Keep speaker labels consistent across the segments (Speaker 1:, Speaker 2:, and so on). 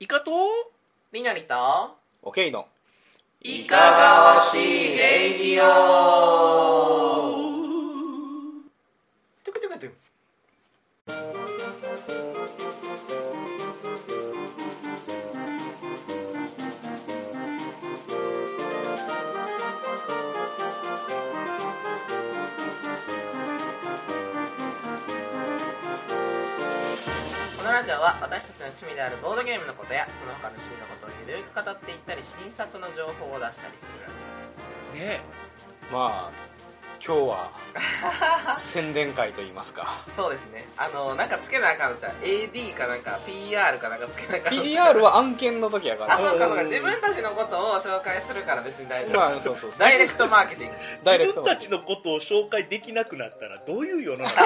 Speaker 1: イカと
Speaker 2: りなりと
Speaker 3: オケイの
Speaker 2: いかがわしいレイディオ
Speaker 1: トゥクトゥクトゥク
Speaker 2: このラジオは私たちの趣味であるボードゲームのことやその他の趣味のことをゆるく語っていったり新作の情報を出したりするラジオです
Speaker 1: ね
Speaker 3: まあ今日は宣伝会といいま すか
Speaker 2: そうですねあのなんかつけなあかんのじゃん AD かなんか PR かなんかつけなあかんのじゃん
Speaker 3: PR は案件の時やか
Speaker 2: あ
Speaker 3: ら
Speaker 2: そうかそうか
Speaker 1: うん
Speaker 2: 自分たちのことを紹介するから別に大丈夫、
Speaker 3: まあそうそうそう
Speaker 2: ダイレクトマーケティング
Speaker 3: ダイレ
Speaker 1: 自
Speaker 3: クト
Speaker 1: 分
Speaker 3: な
Speaker 1: たちのことを紹介できなくなったらどういう世の中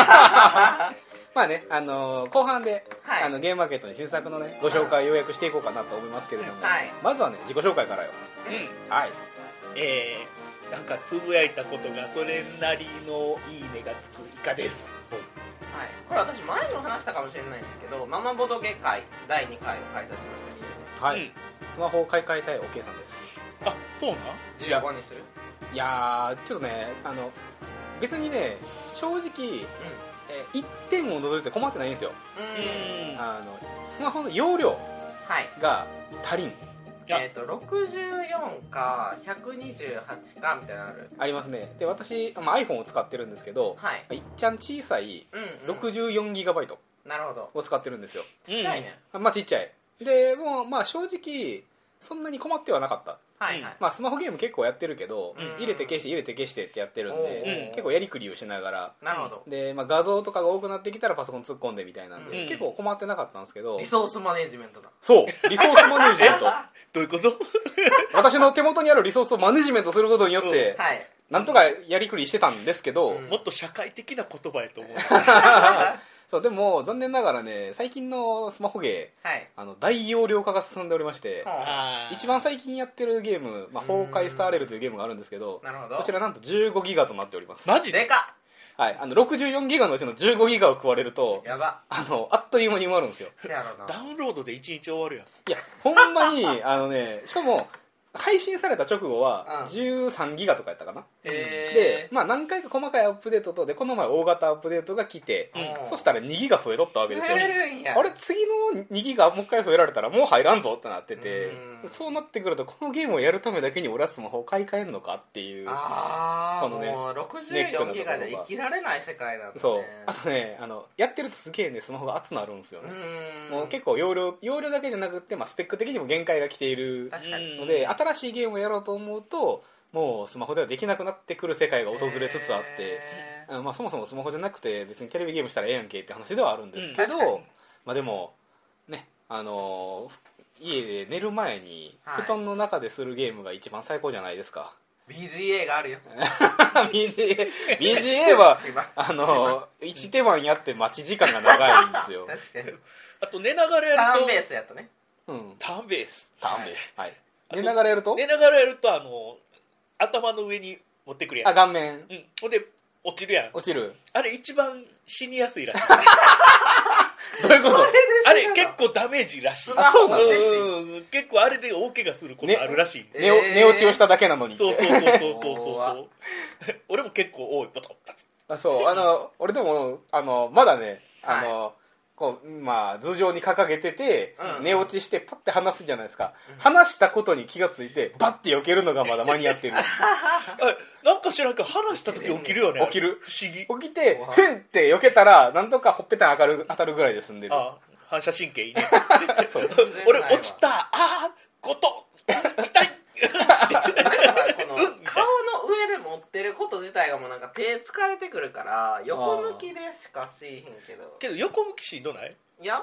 Speaker 3: まあねあのー後半で、
Speaker 2: はい
Speaker 3: あのゲームマーケットの新作のねご紹介ようやくしていこうかなと思いますけれども、
Speaker 2: はい
Speaker 3: まずはね自己紹介からよ
Speaker 1: う
Speaker 3: はい
Speaker 1: んえー、なんかつぶやいたことがそれなりのいいねがつくイカです
Speaker 2: はい、これ私前にも話したかもしれないんですけどママボドゲ会第2回を開催しました
Speaker 3: はい、
Speaker 1: うん
Speaker 3: スマホを買い替えたいオケイさんです
Speaker 1: あそうなん
Speaker 2: 記念日15にする
Speaker 3: いやーちょっとねあの別にね正直、えー、1点を除いて困ってないんですよ
Speaker 2: うん
Speaker 1: うん
Speaker 3: あのスマホの容量
Speaker 2: はい
Speaker 3: が足りん
Speaker 1: や
Speaker 2: えっ、と64か128かみたいなのある
Speaker 3: ありますねで私、まあ、iPhone を使ってるんですけど、
Speaker 2: はい
Speaker 3: いっちゃん小さい
Speaker 2: うん、うん、
Speaker 3: 64GB
Speaker 2: なるほど
Speaker 3: を使ってるんですよ
Speaker 1: ち
Speaker 2: じゃあいいね、
Speaker 3: まあちっちゃいでもうまあ正直そんなに困ってはなかった、
Speaker 2: はいはい、
Speaker 3: まあ、スマホゲーム結構やってるけど、
Speaker 2: うん
Speaker 3: 入れて消して入れて消してってやってるんで、
Speaker 2: おー
Speaker 3: 結構やりくりをしながら
Speaker 2: なるほど
Speaker 3: で、まあ、画像とかが多くなってきたらパソコン突っ込んでみたいなんで、
Speaker 1: うん
Speaker 3: 結構困ってなかったんですけど
Speaker 2: リソースマネジメントだ
Speaker 3: そうリソースマネジメント
Speaker 1: どういうこと
Speaker 3: 私の手元にあるリソースをマネジメントすることによって、
Speaker 2: はい
Speaker 3: なんとかやりくりしてたんですけど、
Speaker 2: うん
Speaker 1: もっと社会的な言葉やと思う
Speaker 3: そうでも残念ながらね最近のスマホゲ
Speaker 2: はい
Speaker 3: ーあの大容量化が進んでおりまして
Speaker 2: ほう
Speaker 1: あー
Speaker 3: 一番最近やってるゲーム「まあ、崩壊スターレル」というゲームがあるんですけど
Speaker 2: なるほど
Speaker 3: こちらなんと15ギガとなっております、
Speaker 1: マジで
Speaker 2: でか
Speaker 3: はい、あの64ギガのうちの15ギガを食われると
Speaker 2: っやば
Speaker 3: あのあっという間に埋まるんですよ
Speaker 2: せやろ
Speaker 1: ダ
Speaker 2: な
Speaker 1: ウンロードで一日終わるやん
Speaker 3: いやほんま にあのねしかも配信された直後は
Speaker 2: うん
Speaker 3: 13ギガとかやったかな、
Speaker 2: へ
Speaker 3: で
Speaker 2: え、
Speaker 3: まあ、何回か細かいアップデートとでこの前大型アップデートが来て、
Speaker 1: うん
Speaker 3: そしたら2ギガ増えとったわけ
Speaker 2: ら
Speaker 3: ですよ
Speaker 2: 増えるんや
Speaker 3: あれ次の2ギガもう一回増えられたらもう入らんぞってなってて
Speaker 2: うん
Speaker 3: そうなってくるとこのゲームをやるためだけに俺はスマホを買い替えんのかっていう
Speaker 2: ああ
Speaker 3: このね
Speaker 2: もう64ギガで生きられない世界なんだね
Speaker 3: そうあとねあのやってるとすげえねスマホが熱なるんですよね、
Speaker 2: ん
Speaker 3: もう結構容量容量だけじゃなくって、まあ、スペック的にも限界が来ている
Speaker 2: 確かに
Speaker 3: ので、新しいゲームをやろうと思うともうスマホではできなくなってくる世界が訪れつつあって、
Speaker 2: へ
Speaker 3: あまあ、そもそもスマホじゃなくて別にテレビゲームしたらええやんけって話ではあるんですけど、
Speaker 2: うん確かに
Speaker 3: まあ、でもねあのー家で寝る前に
Speaker 2: はい
Speaker 3: 布団の中でするゲームが一番最高じゃないですか、
Speaker 2: ー BGA があるよ
Speaker 3: BGA, BGA は
Speaker 2: 千葉
Speaker 3: あのー、1手番やって待ち時間が長いんです よ、
Speaker 2: 確かに
Speaker 1: あと寝ながら
Speaker 2: タ
Speaker 1: やる
Speaker 2: ー
Speaker 1: と
Speaker 2: ンベースやったね
Speaker 3: うん、
Speaker 1: ターンベース
Speaker 3: ターンです、はい、
Speaker 1: あと
Speaker 3: 寝ながらやると
Speaker 1: 寝ながらやるとあの頭の上に持ってくるや
Speaker 3: あ
Speaker 1: ん
Speaker 3: 顔面
Speaker 1: うんほんで落ちるやん
Speaker 3: 落ちる
Speaker 1: あれ一番死にやすいらしい
Speaker 3: どういうこと
Speaker 1: あれ結構ダメージらしい
Speaker 2: あ
Speaker 3: そうなの
Speaker 1: うん結構あれで大怪我することあるらしい、
Speaker 2: ね
Speaker 3: 寝お寝落ちをしただけなのにって
Speaker 1: そうそうそうそうそうそう
Speaker 2: 怖
Speaker 1: そう俺も結構多いパタパタ
Speaker 3: あそうあの俺でもあのまだねあの、こうまあ、頭上に掲げてて、
Speaker 2: うん
Speaker 3: 寝落ちしてパッて離すじゃないですか、
Speaker 2: うん
Speaker 3: 離したことに気がついてバッて避けるのがまだ間に合ってる
Speaker 1: あなんか知らんけど話した時起きるよね
Speaker 3: 起きる
Speaker 1: 不思議
Speaker 3: 起きて
Speaker 2: 怖い
Speaker 3: ふんって避けたらなんとかほっぺたに当たる当たるぐらいで済んでる
Speaker 1: あ反射神経いいね
Speaker 3: そう
Speaker 1: 俺落ちたあーこと痛い
Speaker 2: なんかこの顔の上で持ってること自体がもうなんか手疲れてくるから横向きでしかしいひんけど
Speaker 1: けど横向きしんどない
Speaker 2: いや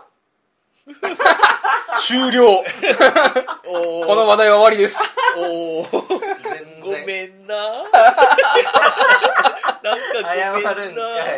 Speaker 3: 終了
Speaker 1: おー
Speaker 3: この話題は終わりです
Speaker 1: おー
Speaker 2: 全然
Speaker 1: ごめん ななん
Speaker 2: 謝るんか
Speaker 1: かごめんない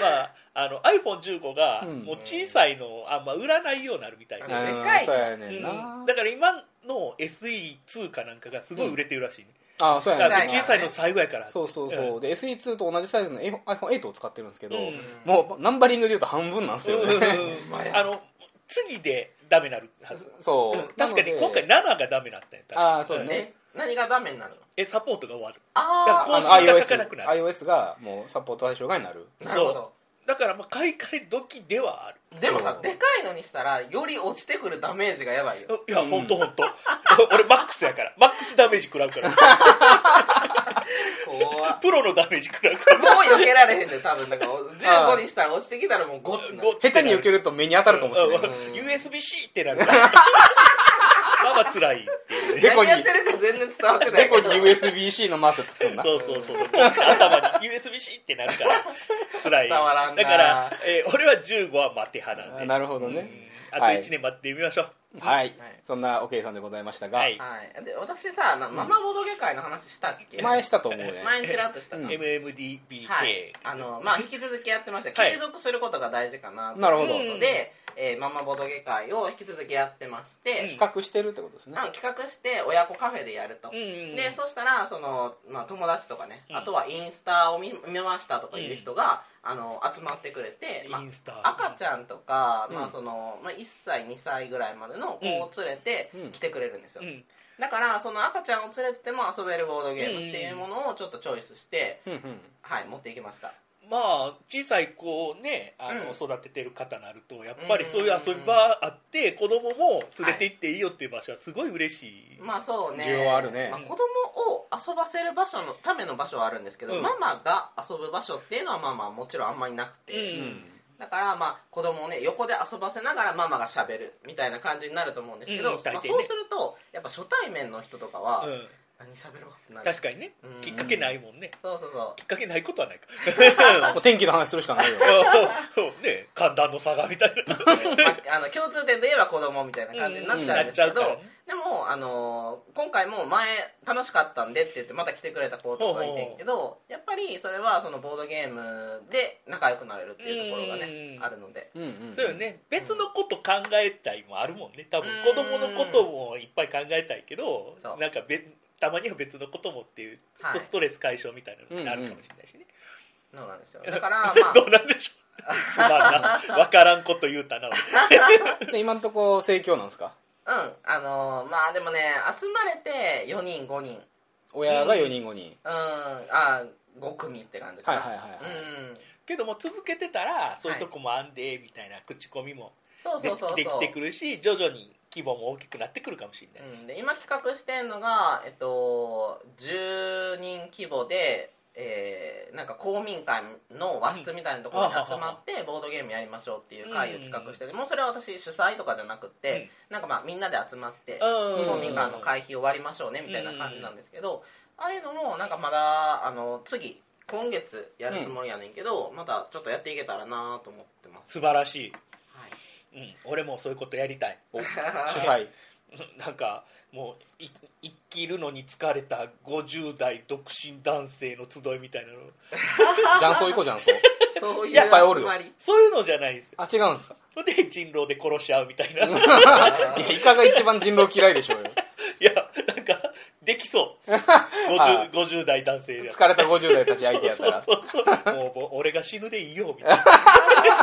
Speaker 1: まああの iPhone15 が
Speaker 3: うん
Speaker 1: もう小さいのあんま売らないようになるみたいな、
Speaker 2: で
Speaker 3: うん
Speaker 2: かい
Speaker 3: そうやねんな、
Speaker 1: うんだから今の SE2 かなんかがすごい売れてるらしいね、
Speaker 3: あそうや
Speaker 1: だ
Speaker 3: ねん
Speaker 1: から
Speaker 3: な
Speaker 1: 小さいの最後やから
Speaker 3: そうそうそう、で SE2 と同じサイズの iPhone- iPhone8 を使ってるんですけど、
Speaker 1: うん
Speaker 3: もうナンバリングでいうと半分なんですよね、
Speaker 1: うん
Speaker 2: まや
Speaker 1: あの次でダメなるはず、
Speaker 3: そううん
Speaker 1: 確かに今回7
Speaker 3: な
Speaker 1: がダメだったんやったら
Speaker 3: あーそうね
Speaker 2: え何がダメになるの
Speaker 1: えサポートが終わる
Speaker 2: あ
Speaker 1: 更
Speaker 3: の
Speaker 2: あ
Speaker 1: だ 新が
Speaker 3: iOS,
Speaker 1: 書かなくなる
Speaker 3: iOS がもうサポート対象外になる
Speaker 2: なるほど
Speaker 1: だからまあ買い替え時ではある
Speaker 2: でもさ
Speaker 3: そう
Speaker 2: でかいのにしたらより落ちてくるダメージがやばいよ
Speaker 1: いや
Speaker 3: うん
Speaker 1: 本当本当 俺マックスやからマックスダメージ食らうから
Speaker 2: 怖っ
Speaker 1: プロのダメージ食らうか
Speaker 2: もう避けられへんで多分だから15にしたら落ちてきたらもう5って
Speaker 1: ら
Speaker 2: なる
Speaker 3: 下手に避け
Speaker 1: る
Speaker 3: ると目に当たるかもしれない、
Speaker 2: んうん
Speaker 1: USB-C ってなるからまあまあ辛いっていうね
Speaker 3: デ
Speaker 2: 何
Speaker 3: コに
Speaker 2: やってるか全然伝わってない
Speaker 3: で
Speaker 2: け
Speaker 3: こ
Speaker 2: ど
Speaker 3: に USB-C のマークつくんな
Speaker 1: そうそうそう頭に USB-C ってなるから辛い
Speaker 2: 伝わらんな
Speaker 1: だから、えー俺は15は待て派なん
Speaker 3: あ
Speaker 1: で
Speaker 3: なるほどね
Speaker 1: うんあと1年待ってみましょう
Speaker 3: はい、そんな OK さんでございましたが、
Speaker 1: はい
Speaker 2: はいで私さなママボドゲ会の話したっけ
Speaker 3: 前したと思うね
Speaker 2: 前にちらっとした
Speaker 3: うん
Speaker 2: な
Speaker 1: MMDBK
Speaker 2: はい、あのまあ引き続きやってました
Speaker 1: はい
Speaker 2: 継続することが大事かなと
Speaker 3: なるほど
Speaker 2: いうことで、えーママボドゲ会を引き続きやってまして、
Speaker 3: 比較してるってことですね
Speaker 2: あの企画して親子カフェでやると、
Speaker 1: うん
Speaker 2: でそしたらその、まあ、友達とかね、
Speaker 1: うん
Speaker 2: あとはインスタを見見ましたとかいう人が、あの集まってくれて、まあ
Speaker 1: インスタ
Speaker 2: 赤ちゃんとか、
Speaker 3: うん
Speaker 2: まあそのまあ、1歳2歳ぐらいまでの子を連れて
Speaker 3: うん
Speaker 2: 来てくれるんですよ、
Speaker 1: うん
Speaker 2: だからその赤ちゃんを連れてても遊べるボードゲームっていうものをちょっとチョイスして、
Speaker 3: うんうん
Speaker 2: はい持っていきました
Speaker 1: まあ小さい子をねあの、
Speaker 2: うん
Speaker 1: 育ててる方になるとやっぱりそういう遊び場あって子供も連れて行っていいよっていう場所はすごい嬉しい、
Speaker 2: まあそうね
Speaker 3: 需要あるね
Speaker 2: まあ、子供を遊ばせる場所のための場所はあるんですけど、
Speaker 1: うん
Speaker 2: ママが遊ぶ場所っていうのはまあまあもちろんあんまりなくて、
Speaker 1: うん
Speaker 3: うん
Speaker 2: だからまあ子供をね横で遊ばせながらママがしゃべるみたいな感じになると思うんですけど、
Speaker 1: うんうん大抵
Speaker 2: まあ、
Speaker 1: ね
Speaker 2: そうするとやっぱ初対面の人とかは、
Speaker 1: うん
Speaker 2: 何しゃべろうってなる
Speaker 1: 確かにね
Speaker 2: うん
Speaker 1: きっかけないもんね
Speaker 2: そうそうそう
Speaker 1: きっかけないこ とはないか
Speaker 3: お天気の話するしか ないよ
Speaker 1: ね寒暖の差がみたいな
Speaker 2: まあ、あの共通点で言えば子供みたいな感じになっちゃうんですけど、
Speaker 1: うんなっちゃうからね
Speaker 2: でも、あのー今回も前楽しかったんでって言ってまた来てくれた子とかいてんけどやっぱりそれはそのボードゲームで仲良くなれるっていうところが
Speaker 1: うんうん
Speaker 2: ね
Speaker 1: うん
Speaker 2: あるので
Speaker 3: うんうん
Speaker 1: そうよね別のこと考えたいもあるもんね多分子供のこともいっぱい考えたいけど
Speaker 2: そう
Speaker 1: なんかべたまには別のこともっていうちょっとストレス解消みたいなのになるかもしれないしね、
Speaker 2: そうなんですよだからま
Speaker 1: どうなんでしょう すまんな分からんこと言うたな俺
Speaker 3: で今んとこ盛況なんですか
Speaker 2: あうんあのーまあでもね集まれて4人5人うん
Speaker 3: 親が4人5人、
Speaker 2: あ5組って感じかな
Speaker 3: はいはいはいはい
Speaker 2: うん
Speaker 1: けども続けてたらそういうとこもあんでみたいな口コミも
Speaker 2: そう
Speaker 1: で
Speaker 2: そうそうそう
Speaker 1: できてくるし徐々に規模も大きくなってくるかもしれないし、
Speaker 2: うん、で今企画してんのが、えっと、10人規模で、えーなんか公民館の和室みたいなところに集まってボードゲームやりましょうっていう会を企画しててもうそれは私主催とかじゃなくて、なんかまあみんなで集まって
Speaker 1: うん
Speaker 2: 公民館の会費を割りましょうねみたいな感じなんですけどああいうのもなんかまだあの次今月やるつもりやねんけど、またちょっとやっていけたらなと思ってます、
Speaker 1: 素晴らし
Speaker 2: はい
Speaker 1: い、うん、俺もそういうことやりたい
Speaker 3: お主催
Speaker 1: なんかもうい生きるのに疲れた50代独身男性の集いみたいなの
Speaker 3: 雀荘行こう 雀荘
Speaker 2: そういう
Speaker 3: いっぱいお
Speaker 2: 集
Speaker 3: るよ
Speaker 2: まり
Speaker 1: そういうのじゃないんですよ
Speaker 3: あ違うんですか
Speaker 1: それで人狼で殺し合うみたいな い
Speaker 3: いやイカが一番人狼嫌いでしょうよ
Speaker 1: やなんかできそ う
Speaker 3: はい
Speaker 1: 50, 50代男性や
Speaker 3: 疲れた50代たち相手やったら
Speaker 1: そうそう そうもうもう俺が死ぬでいいよみたいな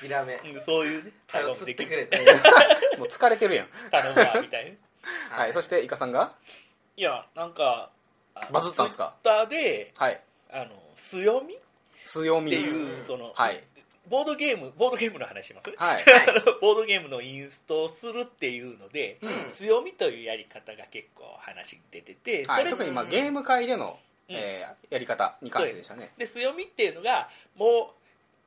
Speaker 2: 諦め
Speaker 1: うんそういうね 会話も
Speaker 2: 釣
Speaker 1: で
Speaker 2: っ
Speaker 1: き
Speaker 2: て
Speaker 1: る
Speaker 2: くれて
Speaker 3: もう疲れてるやん
Speaker 1: 頼むわみたいな
Speaker 3: はいそしてイカさんが
Speaker 1: いやなんかあの
Speaker 3: バズったんすか
Speaker 1: ツイッターで
Speaker 3: はい
Speaker 1: あの強みっ
Speaker 3: 強み
Speaker 1: ていう、
Speaker 2: うん
Speaker 1: その、
Speaker 3: はい
Speaker 1: ボードゲームボードゲームの話します、
Speaker 3: はい
Speaker 2: はい
Speaker 1: あの ボードゲームのインストをするっていうので、
Speaker 3: うん
Speaker 1: 強みというやり方が結構話に出てて、
Speaker 3: はい、
Speaker 1: そ
Speaker 3: 特
Speaker 1: れ
Speaker 3: にまあゲーム会での、
Speaker 1: うん
Speaker 3: えーやり方に関してでしたね
Speaker 1: で強みっていうのがもう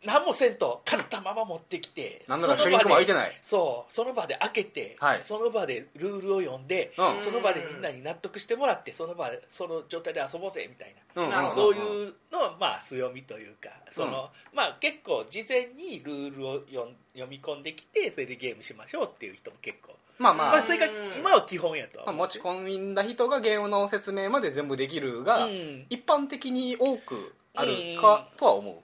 Speaker 1: 何もせんと買ったまま持ってきて
Speaker 3: なんなら主人公も空いて
Speaker 1: い
Speaker 3: ない
Speaker 1: そうその場で開けて、
Speaker 3: はい
Speaker 1: その場でルールを読んで、
Speaker 3: うん
Speaker 1: その場でみんなに納得してもらってその場でその状態で遊ぼうぜみたいな
Speaker 3: うん
Speaker 2: なるほ
Speaker 1: そ
Speaker 2: ど
Speaker 1: ういうのはまあ強みというかその、まあ、結構事前にルールを読ん読み込んできてそれでゲームしましょうっていう人も結構、
Speaker 3: まあまあ、
Speaker 1: まあ、それが
Speaker 2: うん
Speaker 1: 今は基本やとは
Speaker 3: まあ、
Speaker 1: 思う
Speaker 3: 持ち込んだ人がゲームの説明まで全部できるが、
Speaker 1: うん
Speaker 3: 一般的に多くあるかとは思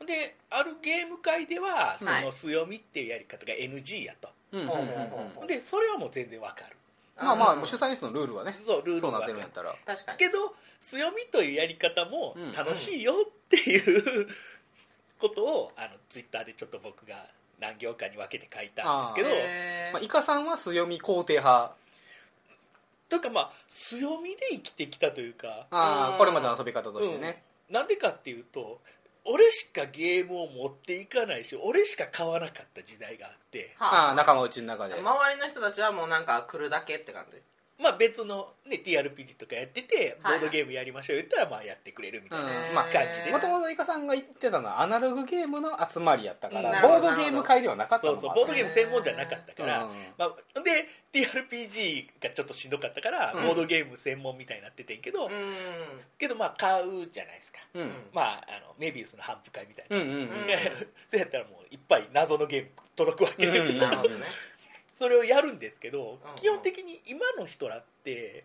Speaker 3: う、
Speaker 1: であるゲーム会ではそ
Speaker 2: はい
Speaker 1: の強みっていうやり方が NG やと、
Speaker 3: うんうんん
Speaker 2: う
Speaker 3: うんん
Speaker 2: う
Speaker 3: うんん
Speaker 1: でそれはもう全然わかる
Speaker 3: まあまあ
Speaker 2: ん
Speaker 3: もう主催の人のルールはね
Speaker 1: そうルール
Speaker 3: そう
Speaker 1: も
Speaker 3: な
Speaker 1: わ
Speaker 3: って
Speaker 1: かる
Speaker 3: るんやったら
Speaker 2: 確かに
Speaker 1: けど強みというやり方も
Speaker 3: うん
Speaker 1: 楽しいよっていうことをあのツイッターでちょっと僕が何行かに分けて書いたんですけど
Speaker 2: へー
Speaker 3: まあ、イカさんは強読み肯定派
Speaker 1: というかまあ強みで生きてきたというか
Speaker 3: あ
Speaker 2: う
Speaker 3: あ
Speaker 2: ん
Speaker 3: これまでの遊び方としてね、
Speaker 1: なんでかっていうと俺しかゲームを持っていかないし俺しか買わなかった時代があって
Speaker 3: ああ
Speaker 2: はあ
Speaker 3: 仲間内の中で、
Speaker 2: 周りの人たちはもうなんか来るだけって感じ
Speaker 1: まあ別の、ね、TRPG とかやっててボ
Speaker 2: はい
Speaker 1: ードゲームやりましょう言ったらまあやってくれるみたいな、
Speaker 3: うん
Speaker 2: へー
Speaker 3: まあ
Speaker 1: 感じで
Speaker 3: もともとイカさんが言ってたのはアナログゲームの集まりやったから、
Speaker 1: うん
Speaker 3: ボードゲーム界ではなかった
Speaker 1: そ
Speaker 3: の
Speaker 1: うそう
Speaker 3: もあ
Speaker 1: ボ
Speaker 3: っ
Speaker 1: ー
Speaker 3: たね
Speaker 1: ドゲーム専門じゃなかったから、
Speaker 3: うん
Speaker 1: まあ、で TRPG がちょっとしんどかったから、
Speaker 3: うん
Speaker 1: ボードゲーム専門みたいになっててんけど、
Speaker 2: うん
Speaker 1: けどまあ買うじゃないですか、
Speaker 3: うん
Speaker 1: まあ、あのメビウスの反復会みたいな、
Speaker 3: うんうんうん
Speaker 2: うん
Speaker 1: で そうやったらもういっぱい謎のゲーム届くわけで、
Speaker 3: うん
Speaker 2: なるほどね
Speaker 1: それをやるんですけど、
Speaker 2: うん
Speaker 1: 基本的に今の人らって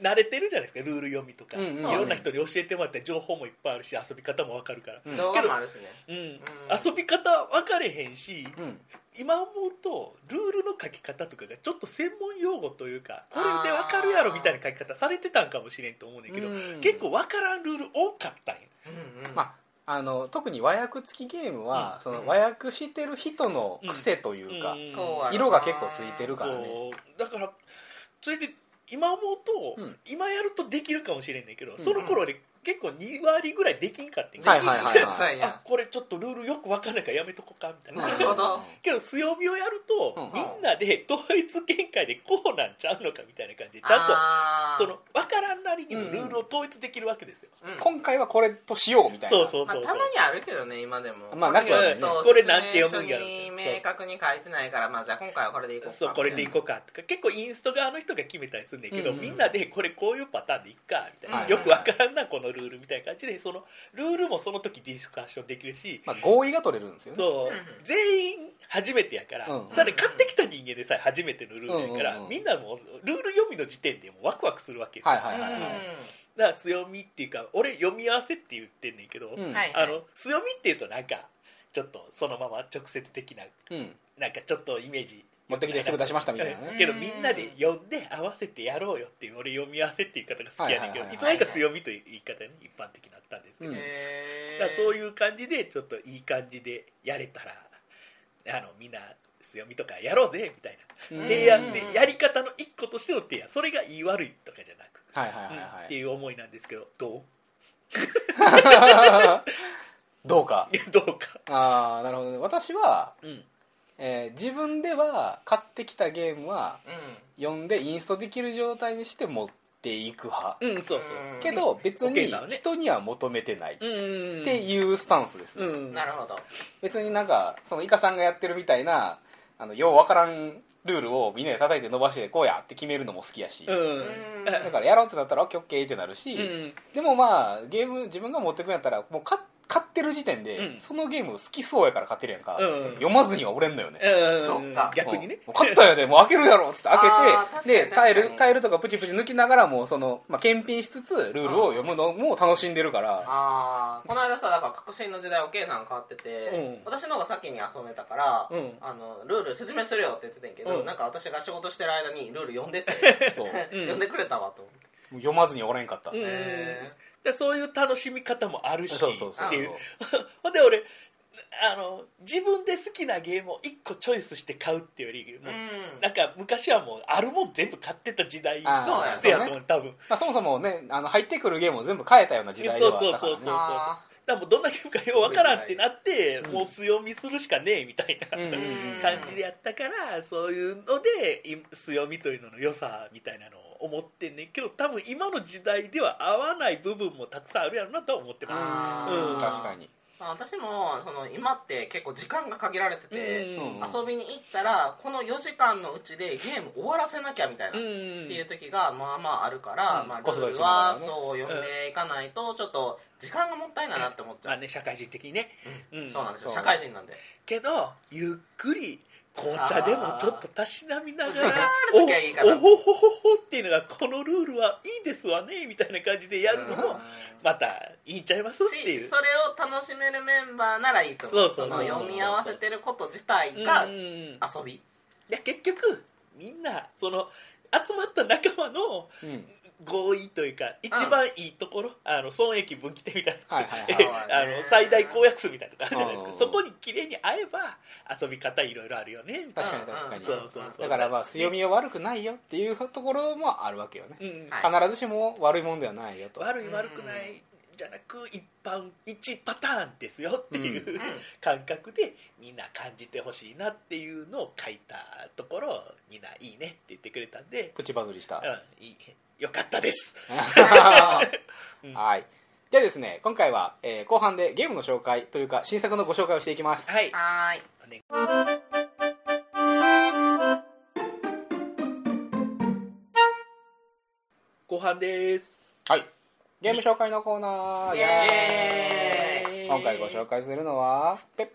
Speaker 1: 慣れてるじゃないですかルール読みとか、
Speaker 3: うんうん
Speaker 1: いろんな人に教えてもらって情報もいっぱいあるし遊び方も分かるから、
Speaker 3: うん
Speaker 2: 動画もあるしね
Speaker 1: うん
Speaker 2: うん
Speaker 1: 遊び方分かれへんし、
Speaker 3: うん
Speaker 1: 今思うとルールの書き方とかがちょっと専門用語というかこれで分かるやろみたいな書き方されてたんかもしれんと思うねんだけど、
Speaker 3: うん
Speaker 1: 結構分からんルール多かったんや。
Speaker 2: うんうん
Speaker 3: まああの特に和訳付きゲームは、
Speaker 1: うん
Speaker 3: その和訳してる人の癖というか、
Speaker 1: ん
Speaker 2: そうやろな
Speaker 3: 色が結構ついてるからね
Speaker 1: そうだからそれで今思うと、
Speaker 3: うん
Speaker 1: 今やるとできるかもしれんねんけど、
Speaker 3: うん
Speaker 1: その頃で結構2割ぐらいできんかってんけど
Speaker 3: はいはいはいは
Speaker 2: はいい
Speaker 1: あこれちょっとルールよくわかんないからやめとこうかみたいな、
Speaker 2: なるほど
Speaker 1: けど強みをやると、
Speaker 3: うん
Speaker 1: みんなで統一見解でこうなんちゃうのかみたいな感じでちゃんと
Speaker 2: あー
Speaker 1: その分からんなりにもルールを統一できるわけですよ、
Speaker 2: うん
Speaker 3: 今回はこれとしようみたいな
Speaker 1: そうそう
Speaker 2: まあ
Speaker 1: そうそう、
Speaker 2: たまにあるけどね今でも
Speaker 3: まあなくはないね
Speaker 2: ちょっと
Speaker 1: これなんて読むんやろ
Speaker 2: 説明書に明確に書いてないからまあじゃあ今回はこれでいこうか
Speaker 1: そうこれでいこうかとか結構インスト側の人が決めたりするんだけど、
Speaker 3: うんうん
Speaker 1: みんなでこれこういうパターンでいっかみたいな、
Speaker 2: はい
Speaker 1: よくわからんなこのルールみたいな感じでそのルールもその時ディスカッションできるし、
Speaker 3: まあ、合意が取れるんですよね
Speaker 1: そ
Speaker 2: う
Speaker 1: う
Speaker 2: んうん
Speaker 1: 全員初めてやから、
Speaker 3: うん
Speaker 1: さらに買ってきた人間でさえ初めてのルールやから、
Speaker 3: うんうんうん
Speaker 1: みんなもうルール読みの時点でもうワクワクするわけよ、
Speaker 3: はい
Speaker 1: だか
Speaker 3: はいはいはい、
Speaker 1: ら強みっていうか俺読み合わせって言ってんねんけど、
Speaker 3: うん
Speaker 2: はい
Speaker 1: あの強みっていうとなんかちょっとそのまま直接的な
Speaker 3: うん
Speaker 1: なんかちょっとイメージ
Speaker 3: 持ってきてすぐ出しましたみたいなね
Speaker 1: けどみんなで呼んで合わせてやろうよっていう俺読み合わせっていう言い方が好きやね
Speaker 3: はい
Speaker 1: んけど、
Speaker 3: いはいはいはい
Speaker 1: つの間にか強みという言い方に一般的になったんですけど、
Speaker 3: うん
Speaker 2: へー
Speaker 1: だからそういう感じでちょっといい感じでやれたらあのみんな強みとかやろうぜみたい
Speaker 3: うん
Speaker 1: な
Speaker 2: で
Speaker 1: 提案
Speaker 2: うんうんう
Speaker 1: で
Speaker 2: ん
Speaker 1: やり方の一個としての提案それが言い悪いとかじゃなく、
Speaker 3: はいはいはい
Speaker 1: うん
Speaker 3: は
Speaker 1: って
Speaker 3: い
Speaker 1: いう思いなんですけどど
Speaker 3: どうか
Speaker 1: う どうか、
Speaker 3: ああなるほどね私は、
Speaker 1: うん
Speaker 3: えー自分では買ってきたゲームは
Speaker 2: うん
Speaker 3: 読んでインストできる状態にして持っていく派
Speaker 1: うん、そうそう
Speaker 2: うん
Speaker 3: けど別
Speaker 1: オッケー
Speaker 3: に
Speaker 1: だよね
Speaker 3: 人には求めてないっ
Speaker 1: うんうんうん
Speaker 3: ていうスタンスですね、
Speaker 1: うん
Speaker 2: なるほど
Speaker 3: 別になんかそのイカさんがやってるみたいなあのようわからんルールをみんなで叩いて伸ばしてこうやって決めるのも好きやし、
Speaker 1: うん
Speaker 2: うん
Speaker 3: だからやろうってなったらオッケーオッケーってなるし、
Speaker 1: うん
Speaker 3: でもまあゲーム自分が持ってくんやったらもう買買ってる時点で、
Speaker 1: うん
Speaker 3: そのゲーム好きそうやから買ってるやんか、
Speaker 1: うん
Speaker 3: 読まずには折れんのよね、
Speaker 1: う
Speaker 2: そ
Speaker 1: ん
Speaker 2: っか
Speaker 1: 逆にね
Speaker 3: うんもう買ったやでもう開けるやろっつって開
Speaker 2: あー確
Speaker 3: け
Speaker 2: かに
Speaker 3: てでタイ
Speaker 2: 確
Speaker 3: ル
Speaker 2: かに
Speaker 3: タイルとかプチプチ抜きながらもその、まあ、検品しつつルールを読むのも楽しんでるから、
Speaker 2: ああこの間さだから革新の時代おけいさん変わってて、
Speaker 1: うん
Speaker 2: 私の方が先に遊んでたから、
Speaker 1: うん
Speaker 2: あのルール説明するよって言ってたんやけど、
Speaker 1: うん
Speaker 2: なんか私が仕事してる間にルール読んでて、
Speaker 3: そうも
Speaker 1: うん
Speaker 2: 読んでくれたわと思って、
Speaker 3: う読まずに折れんかった、
Speaker 1: うん
Speaker 2: へ
Speaker 1: で そういう楽しみ方もあるし
Speaker 3: そうそうそう
Speaker 1: っ
Speaker 3: そ
Speaker 1: て
Speaker 3: う
Speaker 1: いうほんで俺あの自分で好きなゲームを1個チョイスして買うっていうよ
Speaker 2: ー
Speaker 1: り
Speaker 2: う
Speaker 1: もう、
Speaker 2: ん
Speaker 1: なんか昔はもうあるもん全部買ってた時代の
Speaker 3: あ
Speaker 2: ー
Speaker 1: 癖やと思う多分
Speaker 3: まあ、そもそもねあの入ってくるゲームを全部変えたような時代ではあったからね
Speaker 1: そうそうそう
Speaker 2: あ
Speaker 1: だからもうどんなゲームかようわからんってなって
Speaker 3: うん
Speaker 1: もう強みするしかねえみたいな、
Speaker 3: うんうんうん
Speaker 1: 感じでやったからそういうのでい強みというのの良さみたいなのを思ってんねんけど多分今の時代では合わない部分もたくさんあるやろなとは思ってます
Speaker 2: あ
Speaker 1: ー
Speaker 3: うん確かに
Speaker 2: ーまあ私もその今って結構時間が限られてて、
Speaker 1: うん
Speaker 2: 遊びに行ったらこの4時間のうちでゲーム終わらせなきゃみたいな、
Speaker 1: うん
Speaker 2: っていう時がまあまああるから、
Speaker 1: うん
Speaker 2: まあ、ル
Speaker 3: コス
Speaker 2: ー
Speaker 3: ト
Speaker 2: ル
Speaker 3: 一番だ
Speaker 2: は
Speaker 3: からね
Speaker 2: そう読んでいかないとちょっと時間がもったいないなって思っち
Speaker 1: ま
Speaker 2: ゃ
Speaker 1: あ
Speaker 2: う、
Speaker 1: ね社会人的にね
Speaker 2: うん
Speaker 1: うん
Speaker 2: そうなんですよ
Speaker 3: そう
Speaker 2: 社会人なんで
Speaker 1: けどゆっくり紅茶でもちょっとたしなみながら
Speaker 2: あー時はいいか
Speaker 1: お
Speaker 2: な
Speaker 1: おほほほっていうのがこのルールはいいですわねみたいな感じでやるの
Speaker 2: う
Speaker 1: もまたいいんちゃいますってい
Speaker 2: し
Speaker 1: う
Speaker 2: それを楽しめるメンバーならいいと思う
Speaker 1: そうそうそ
Speaker 2: の
Speaker 1: う
Speaker 2: 読み合わせてること自体が
Speaker 1: うん
Speaker 2: 遊
Speaker 1: い
Speaker 2: び
Speaker 1: や結局みんなその集まった仲間の
Speaker 3: うん
Speaker 1: 合意というか一番いいところ、あの損益分岐点みたいな、
Speaker 3: はいはいはい
Speaker 1: えあの最大公約数みたいなのがあるじゃないです
Speaker 3: うん
Speaker 1: かそこに綺麗に合えば遊び方いろいろあるよねみたい
Speaker 3: 確かに確かに
Speaker 2: うん
Speaker 1: そうそうそう
Speaker 3: だからまあ強みは悪くないよっていうところもあるわけよね、
Speaker 1: な、うん
Speaker 2: はい
Speaker 3: 必ずしも悪いもんではないよと
Speaker 1: 悪い
Speaker 2: うん
Speaker 1: 悪くないじゃなく一般一パターンですよっていうう、
Speaker 2: うん
Speaker 1: 感覚でみんな感じてほしいなっていうのを書いたところみんないいねって言ってくれたんで、
Speaker 3: プチバズりした
Speaker 1: うん、いいよかったです、うん
Speaker 3: はい。じゃあですね、今回は、えー後半でゲームの紹介というか、新作のご紹介をしていきます。
Speaker 1: はい
Speaker 2: はーい
Speaker 1: お願い後半です
Speaker 3: はい。ゲーム紹介のコーナー、
Speaker 2: イ
Speaker 3: イ
Speaker 2: エ
Speaker 3: エ
Speaker 2: ーイ
Speaker 3: ーイ今回ご紹介するのは、ペッ、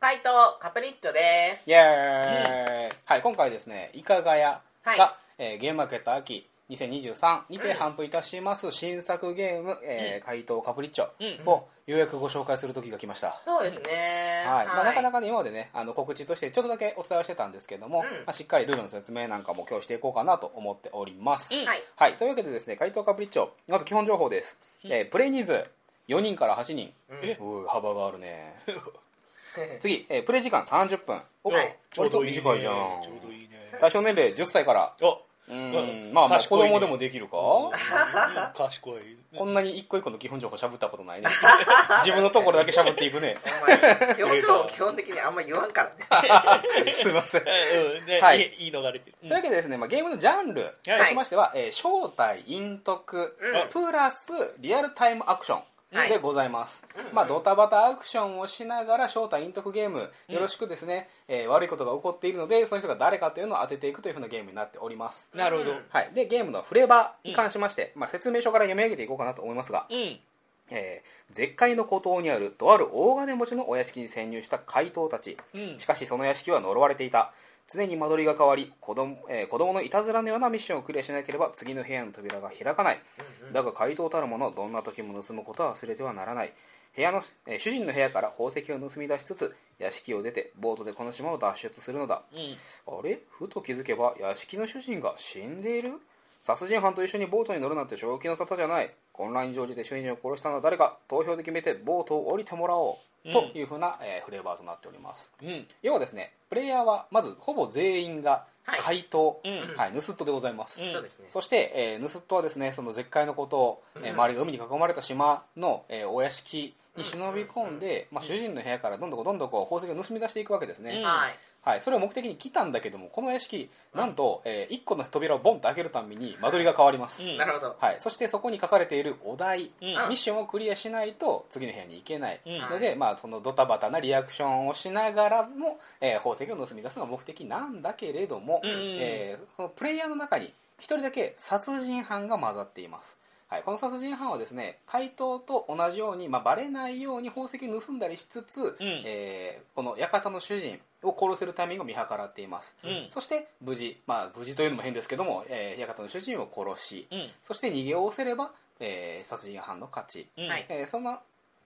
Speaker 2: 回答カプリッチョです
Speaker 3: イエーイ、はい、今回ですね、いかがやが、
Speaker 2: は
Speaker 3: えーゲームマーケット秋2023にて販布いたします新作ゲーム、えー怪盗カプリッチョ
Speaker 1: うん
Speaker 3: をようやくご紹介する時が来ました。
Speaker 2: そうですね
Speaker 3: はいまあ、なかな
Speaker 2: か
Speaker 3: かね今までねあの告知としてちょっとだけお伝えをしてたんですけども、
Speaker 2: うん
Speaker 3: まあ、しっかりルールの説明なんかも今日していこうかなと思っております、
Speaker 1: うん
Speaker 2: はい
Speaker 3: はい、というわけでですね回答カプリッチョまず基本情報です、えープレイ人数4人から8人、
Speaker 2: うん
Speaker 3: おい幅があるね 次、えープレイ時間30分お
Speaker 2: はい
Speaker 1: ちょう
Speaker 3: 割と
Speaker 1: どいいね
Speaker 3: 短いじゃん
Speaker 1: ちょうどいいね
Speaker 3: 対象年齢10歳から
Speaker 1: あ
Speaker 3: う
Speaker 1: う
Speaker 3: ーん
Speaker 1: ん
Speaker 3: まあまあ子
Speaker 1: 賢いね
Speaker 3: 供でもできるか、
Speaker 1: うん賢い
Speaker 3: こんなに一個一個の基本情報しゃぶったことないね自分のところだけしゃぶっていく ね
Speaker 2: 基本情報基本的にあんま言わんからね
Speaker 3: すいません
Speaker 1: うんね
Speaker 3: はい
Speaker 1: いいい逃れてるう
Speaker 3: と
Speaker 1: ん
Speaker 3: いうわけでですね、まあ、ゲームのジャンルとしましては、えー正体陰徳、
Speaker 2: うん
Speaker 3: プラスリアルタイムアクショ
Speaker 2: は
Speaker 3: ン
Speaker 2: い
Speaker 3: でございます、
Speaker 2: うん
Speaker 3: まあ、ドタバタアクションをしながら正体陰徳ゲームよろしくですね、えー悪いことが起こっているのでその人が誰かというのを当てていくというふうなゲームになっております、
Speaker 1: なるほど
Speaker 2: うん
Speaker 3: はい、でゲームのフレーバーに関しまして、まあ、説明書から読み上げていこうかなと思いますが、
Speaker 1: うん
Speaker 3: えー絶海の孤島にあるとある大金持ちのお屋敷に潜入した怪盗たち、
Speaker 1: うん
Speaker 3: しかしその屋敷は呪われていた常に間取りが変わり子供,、えー子供のいたずらのようなミッションをクリアしなければ次の部屋の扉が開かないだが怪盗たるものどんな時も盗むことは忘れてはならない部屋の、えー主人の部屋から宝石を盗み出しつつ屋敷を出てボートでこの島を脱出するのだ
Speaker 1: うん
Speaker 3: あれふと気づけば屋敷の主人が死んでいる殺人犯と一緒にボートに乗るなんて正気の沙汰じゃない混乱に乗じて主人を殺したのは誰か投票で決めてボートを降りてもらおう、
Speaker 1: うん
Speaker 3: というふうな、えーフレーバーとなっております
Speaker 1: うん
Speaker 3: 要はですねプレイヤーはまずほぼ全員が
Speaker 2: はい
Speaker 3: 怪盗、
Speaker 1: う
Speaker 3: はい
Speaker 1: ん
Speaker 3: ヌスットでございます、
Speaker 1: うん
Speaker 2: そうですね
Speaker 3: そして、えーヌスットはですねその絶海のことを、えー周りが海に囲まれた島の、えーお屋敷に忍び込んで、まあ、主人の部屋からどんどんどんどんこう宝石を盗み出していくわけですね、
Speaker 1: うん
Speaker 2: はい
Speaker 3: はい、それを目的に来たんだけどもこの屋敷なんと、え1個の扉をボンと開けるたんびに間取りが変わります、
Speaker 1: うん
Speaker 2: なるほど
Speaker 3: はい、そしてそこに書かれているお題、
Speaker 1: うん
Speaker 3: ミッションをクリアしないと次の部屋に行けない
Speaker 1: うん
Speaker 3: ので、まあ、そのドタバタなリアクションをしながらも、えー宝石を盗み出すのが目的なんだけれども、
Speaker 1: うんうんうん
Speaker 3: えーそのプレイヤーの中に1人だけ殺人犯が混ざっていますはい、この殺人犯はですね怪盗と同じように、まあ、バレないように宝石を盗んだりしつつ、えーこの館の主人を殺せるタイミングを見計らっています、
Speaker 1: うん
Speaker 3: そして無事、まあ、無事というのも変ですけども、えー館の主人を殺し
Speaker 1: うん
Speaker 3: そして逃げおおせれば、えー殺人犯の勝ち、
Speaker 1: うん
Speaker 2: はい
Speaker 3: えーそんな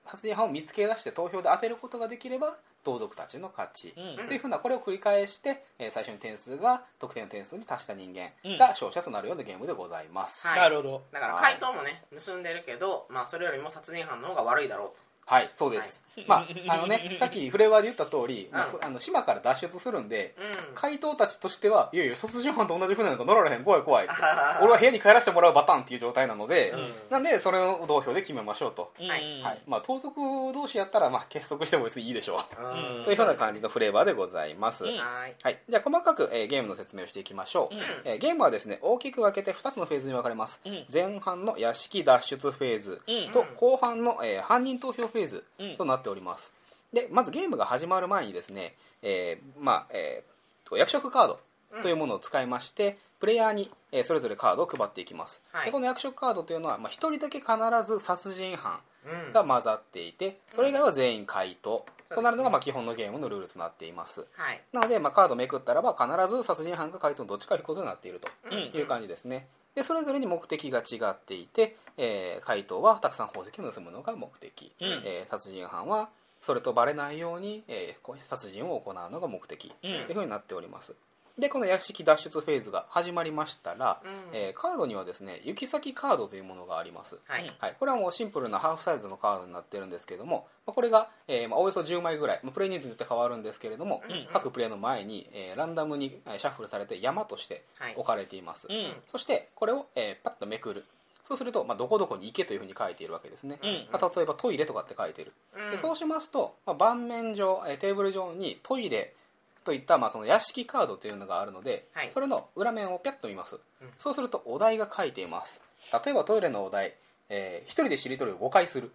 Speaker 3: 殺人犯を見つけ出して投票で当てることができれば同族たちの勝ち、
Speaker 1: うん
Speaker 3: というふうなこれを繰り返して、えー最初に点数が得点の点数に達した人間
Speaker 1: うん
Speaker 3: が勝者となるようなゲームでございます、
Speaker 2: はい
Speaker 1: なるほど
Speaker 2: だから回答もね盗んでるけどまあそれよりも殺人犯の方が悪いだろうと
Speaker 3: はいそうです、まああのねさっきフレーバーで言った通り、まあふあの島から脱出するんで
Speaker 2: うん
Speaker 3: 怪盗たちとしてはいやいや殺人犯と同じ船なんか乗られへん怖い怖いって
Speaker 2: あー
Speaker 3: 俺は部屋に帰らせてもらうパターンっていう状態なので、
Speaker 1: うん
Speaker 3: なんでそれを同票で決めましょうと、
Speaker 1: うん
Speaker 2: はい
Speaker 3: はいまあ、盗賊同士やったらまあ結束しても別にいいでしょう、
Speaker 1: うん
Speaker 3: というような感じのフレーバーでございます、
Speaker 1: うん
Speaker 2: はい
Speaker 3: はい、じゃあ細かく、えーゲームの説明をしていきましょう、
Speaker 1: うん
Speaker 3: えーゲームはですね大きく分けて2つのフェーズに分かれます、
Speaker 1: うん
Speaker 3: 前半の屋敷脱出フェーズ
Speaker 1: うん
Speaker 3: と後半の、えー犯人投票フェーズとなっております、でまずゲームが始まる前にですね、えーまあえーと役職カードというものを使いまして、プレイヤーに、えーそれぞれカードを配っていきます、
Speaker 2: はい
Speaker 3: でこの役職カードというのは、まあ、1人だけ必ず殺人犯
Speaker 2: うん
Speaker 3: が混ざっていてそれ以外は全員回答
Speaker 2: うん
Speaker 3: となるのが、まあ、基本のゲームのルールとなっています
Speaker 2: はい
Speaker 3: なので、まあ、カードをめくったらば必ず殺人犯か回答のどっちかを引くことになっていると
Speaker 1: うん
Speaker 3: いう感じですねでそれぞれに目的が違っていて、えー回答はたくさん宝石を盗むのが目的、
Speaker 1: うん
Speaker 3: えー殺人犯はそれとバレないように、えーこう殺人を行うのが目的
Speaker 1: うん
Speaker 3: というふうになっておりますでこの屋敷脱出フェーズが始まりましたら、
Speaker 2: うん
Speaker 3: えーカードにはですね行き先カードというものがあります、
Speaker 2: は
Speaker 1: うん
Speaker 2: い
Speaker 3: はい、これはもうシンプルなハーフサイズのカードになってるんですけれども、まあ、これが、えーまあ、およそ10枚ぐらい、まあ、プレイ人数によって変わるんですけれども、
Speaker 2: うん
Speaker 3: 各プレイの前に、えーランダムにえーシャッフルされて山として
Speaker 2: はい
Speaker 3: 置かれています、
Speaker 1: うん
Speaker 3: そしてこれを、えーパッとめくるそうすると、まあ、どこどこに行けというふうに書いているわけですね、
Speaker 1: うん
Speaker 3: まあ、例えばトイレとかって書いてる、
Speaker 2: うん
Speaker 3: でそうしますと、まあ、盤面上、えーテーブル上にトイレといった、まあ、その屋敷カードというのがあるので、
Speaker 2: はい
Speaker 3: それの裏面をピャッと見ます、
Speaker 2: うん
Speaker 3: そうするとお題が書いています例えばトイレのお題、えー一人でしりとりを5回する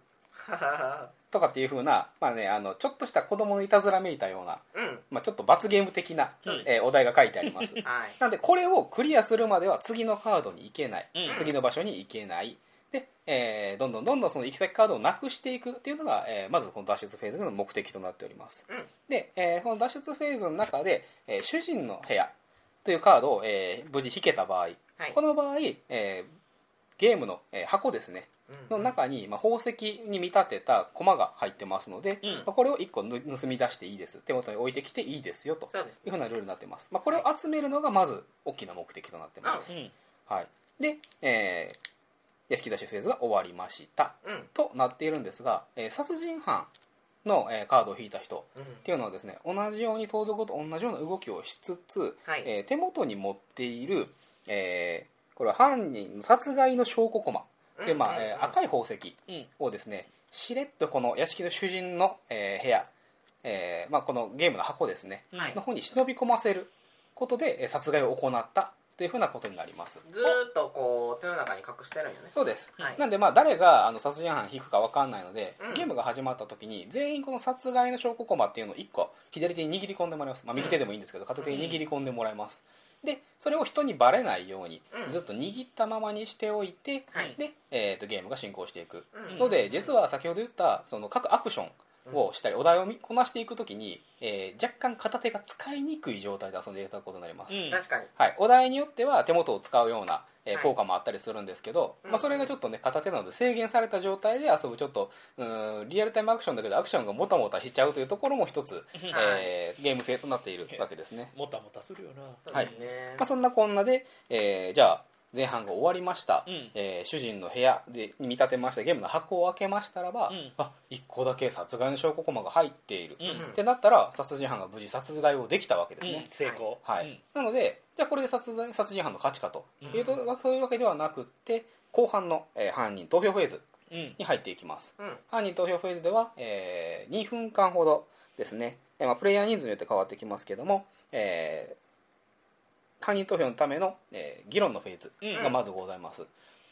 Speaker 3: とかっていうふうな、まあね、あのちょっとした子供のいたずらめいたような、
Speaker 2: うん
Speaker 3: まあ、ちょっと罰ゲーム的な、
Speaker 1: そうです
Speaker 3: えーお題が書いてあります
Speaker 2: はい
Speaker 3: なんでこれをクリアするまでは次のカードに行けない、
Speaker 1: うん
Speaker 3: 次の場所に行けないで、えーどんどんどんどんその行き先カードをなくしていくっていうのが、えーまずこの脱出フェーズの目的となっております
Speaker 2: うん
Speaker 3: で、えーこの脱出フェーズの中で、えー主人の部屋というカードを、えー無事引けた場合、
Speaker 2: はい
Speaker 3: この場合、えーゲームの、えー箱ですね
Speaker 2: うん
Speaker 3: の中に、まあ、宝石に見立てた駒が入ってますので、
Speaker 1: うん
Speaker 3: まあこれを1個ぬ盗み出していいです手元に置いてきていいですよと
Speaker 2: そうです
Speaker 3: いうふうなルールになってます、まあ、これを集めるのがまず大きな目的となってます、
Speaker 1: うん
Speaker 3: はい、で、えー、屋敷出しフェーズが終わりました
Speaker 2: うん
Speaker 3: となっているんですが、えー殺人犯の、えーカードを引いた人
Speaker 2: うん
Speaker 3: っていうのはですね同じように盗賊と同じような動きをしつつ、
Speaker 2: はい
Speaker 3: えー手元に持っている、えーこれは犯人の殺害の証拠駒っていう、ま
Speaker 2: うん
Speaker 3: あ
Speaker 2: うんうん
Speaker 3: えー赤い宝石
Speaker 1: うん
Speaker 3: をですねしれっとこの屋敷の主人の、えー部屋、えーまあ、このゲームの箱ですね
Speaker 1: うん
Speaker 2: はい
Speaker 3: の方に忍び込ませることでえー殺害を行ったというふうなことになります
Speaker 2: ずーっとこう手の中に隠してるんよね
Speaker 3: そうです、
Speaker 2: はい
Speaker 3: なんでまあ誰があの殺人犯引くか分かんないので、
Speaker 2: うん
Speaker 3: ゲームが始まった時に全員この殺害の証拠駒っていうのを1個左手に握り込んでもらいます、まあ、右手でもいいんですけど片手に握り込んでもらいますでそれを人にバレないように
Speaker 2: うん
Speaker 3: ずっと握ったままにしておいて、
Speaker 2: はい
Speaker 3: で、えー、とゲームが進行していく
Speaker 2: うん
Speaker 3: ので実は先ほど言ったその各アクションをしたりお題を見こなしていく時に、えー若干片手が使いにくい状態で遊んでいただくことになります、
Speaker 1: うん
Speaker 2: 確かに
Speaker 3: はい、お題によっては手元を使うような、えー
Speaker 2: はい
Speaker 3: 効果もあったりするんですけど、
Speaker 2: うん
Speaker 3: まあ、それがちょっとね片手なので制限された状態で遊ぶちょっとうーんリアルタイムアクションだけどアクションがもたもたしちゃうというところも一つ、えーゲーム性となっているわけですね、
Speaker 1: もたもたするよな
Speaker 2: そうですね
Speaker 3: まあ、そんなこんなで、えーじゃあ前半が終わりました、
Speaker 1: うん
Speaker 3: えー主人の部屋でに見立てましたゲームの箱を開けましたらば、
Speaker 1: うん
Speaker 3: あ1個だけ殺害の証拠駒が入っている、
Speaker 1: うん
Speaker 3: ってなったら殺人犯が無事殺害をできたわけですね、
Speaker 1: うん成功
Speaker 3: はいなのでじゃあこれで殺人殺人犯の勝ちかというと、そういうわけではなくって後半の、えー犯人投票フェーズ
Speaker 1: うんうん
Speaker 3: に入っていきます
Speaker 2: うん
Speaker 3: 犯人投票フェーズでは、え2分間ほどですね、えーまあ、プレイヤー人数によって変わってきますけども、えー犯人投票のための、えー議論のフェーズがまずございます、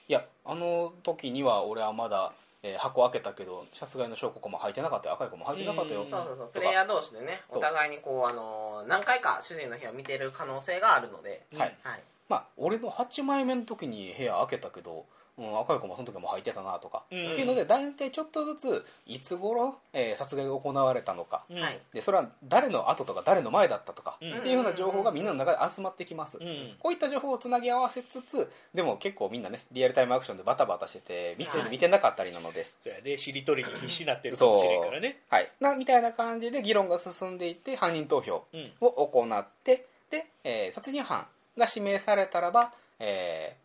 Speaker 3: いやあの時には俺はまだ、えー箱開けたけど殺害の証拠駒入ってなかったよ赤い駒入ってなかったよ、
Speaker 1: うん
Speaker 2: そうそうそう
Speaker 3: とか
Speaker 2: プレイヤー同士でね
Speaker 3: そう
Speaker 2: お互いにこうあのー何回か主人の部屋を見てる可能性があるので
Speaker 1: うん
Speaker 3: はい
Speaker 2: はい
Speaker 3: まあ、俺の8枚目の時に部屋開けたけど、うん、赤い子もその時も履いてたなとか、
Speaker 1: うん
Speaker 3: っていうので大体ちょっとずついつ頃、えー殺害が行われたのか
Speaker 1: うん
Speaker 2: はい
Speaker 3: でそれは誰の後とか誰の前だったとか、
Speaker 1: うん
Speaker 3: っていうふうな情報がみんなの中で集まってきます、
Speaker 1: うん
Speaker 3: こういった情報をつなぎ合わせつつでも結構みんなねリアルタイムアクションでバタバタしてて見てる、
Speaker 2: はい
Speaker 3: 見てなかったりなので、
Speaker 1: そうやねしりとりに必死になってるかもしれんからね
Speaker 3: はい、なみたいな感じで議論が進んでいって犯人投票
Speaker 1: うん
Speaker 3: を行ってで、えー殺人犯が指名されたらば、えー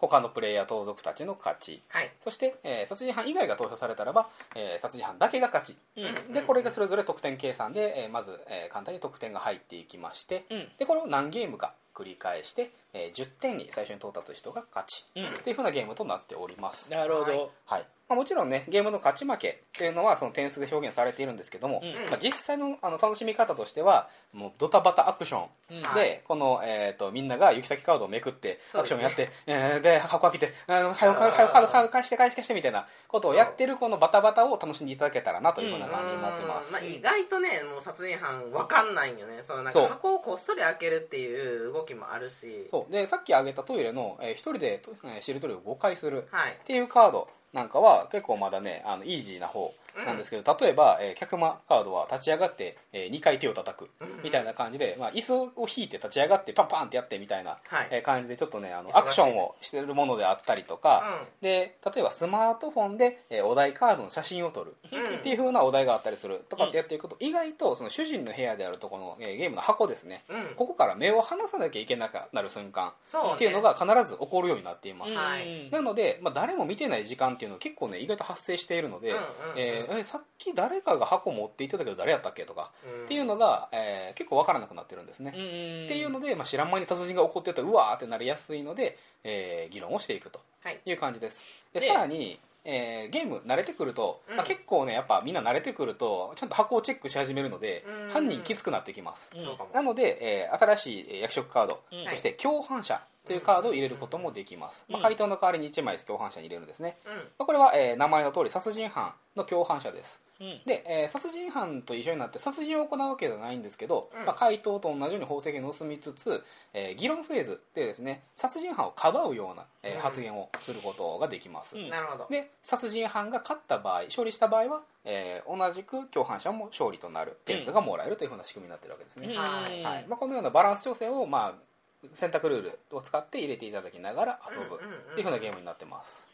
Speaker 3: 他のプレイヤー盗賊たちの勝ち
Speaker 2: はい
Speaker 3: そして、えー殺人犯以外が投票されたらば、えー殺人犯だけが勝ち
Speaker 1: うん
Speaker 3: でこれがそれぞれ得点計算で、えーまず、えー簡単に得点が入っていきまして
Speaker 1: うん
Speaker 3: でこれを何ゲームか繰り返して、えー10点に最初に到達した人が勝ち
Speaker 1: うん
Speaker 3: というふうなゲームとなっております、
Speaker 1: なるほど
Speaker 3: はいまあ、もちろんねゲームの勝ち負けというのはその点数で表現されているんですけども、
Speaker 1: うん
Speaker 3: まあ、実際のあの楽しみ方としてはもうドタバタアクション
Speaker 1: うん
Speaker 2: はい
Speaker 3: でこの、えー、とみんなが行き先カードをめくって
Speaker 2: そ
Speaker 3: ア
Speaker 2: う
Speaker 3: ク
Speaker 2: です
Speaker 3: ション
Speaker 2: ね
Speaker 3: をやって、えーで箱開けて「はよはよカードカード返して返して返して」みたいなことをやってるこのバタバタを楽しんでいただけたらなというふうな感じになってます、
Speaker 2: うんあ意外とねもう殺人犯わかんないんよねそのなん
Speaker 3: そう
Speaker 2: か箱をこっそり開けるっていう動きもあるし
Speaker 3: そうでさっき挙げたトイレの、えー、1人でと、えーしりとりを5回する
Speaker 2: はい
Speaker 3: っていうカードなんかは結構まだねあのイージーな方なんですけど例えば、えー客間カードは立ち上がって、え2回手を叩くみたいな感じで、まあ、椅子を引いて立ち上がってパンパンってやってみたいな、
Speaker 2: はい
Speaker 3: えー感じでちょっとねあの
Speaker 2: 忙しいね
Speaker 3: アクションをしてるものであったりとか、で例えばスマートフォンで、えーお題カードの写真を撮る
Speaker 2: うん
Speaker 3: っていう風なお題があったりするとかってやっていくと、意外とその主人の部屋であるとこの、えーゲームの箱ですね、
Speaker 2: うん
Speaker 3: ここから目を離さなきゃいけなくなる瞬間
Speaker 2: そうね
Speaker 3: っていうのが必ず起こるようになっています、
Speaker 2: は
Speaker 1: うん
Speaker 2: い
Speaker 3: なので、まあ、誰も見てない時間っていうのは結構ね意外と発生しているので、
Speaker 2: うんうんうん
Speaker 3: えーえさっき誰かが箱持っていってたけど誰やったっけとか、
Speaker 2: うん
Speaker 3: っていうのが、えー結構わからなくなってるんですね、
Speaker 1: うん
Speaker 3: っていうので、まあ、知らん間に殺人が起こってたらうわーってなりやすいので、えー議論をしていくと
Speaker 2: はい
Speaker 3: いう感じですで
Speaker 1: で
Speaker 3: さらに、えーゲーム慣れてくると、
Speaker 2: うん
Speaker 3: まあ、結構ねやっぱみんな慣れてくるとちゃんと箱をチェックし始めるので
Speaker 2: うん
Speaker 3: 犯人きつくなってきます
Speaker 1: うん
Speaker 2: そうかも
Speaker 3: なので、えー新しい役職カード
Speaker 1: うん
Speaker 3: そして共犯者というカードを入れることもできます、
Speaker 1: うん
Speaker 3: まあ、回答の代わりに1枚共犯者に入れるんですね、
Speaker 2: うん
Speaker 3: まあ、これは、えー名前の通り殺人犯の共犯者です
Speaker 1: うん
Speaker 3: で、えー殺人犯と一緒になって殺人を行うわけではないんですけど、
Speaker 2: うん
Speaker 3: まあ、怪盗と同じように宝石を盗みつつ、えー議論フェーズでですね殺人犯をかばうような、えー
Speaker 2: うん
Speaker 3: 発言をすることができます、
Speaker 1: うん
Speaker 2: なるほど
Speaker 3: で殺人犯が勝った場合勝利した場合は、えー同じく共犯者も勝利となる点数がもらえるというふうな仕組みになってるわけですね、
Speaker 2: はい
Speaker 3: はいまあ、このようなバランス調整を、まあ、選択ルールを使って入れていただきながら遊ぶ
Speaker 2: うんうんうん
Speaker 3: というふうなゲームになってます、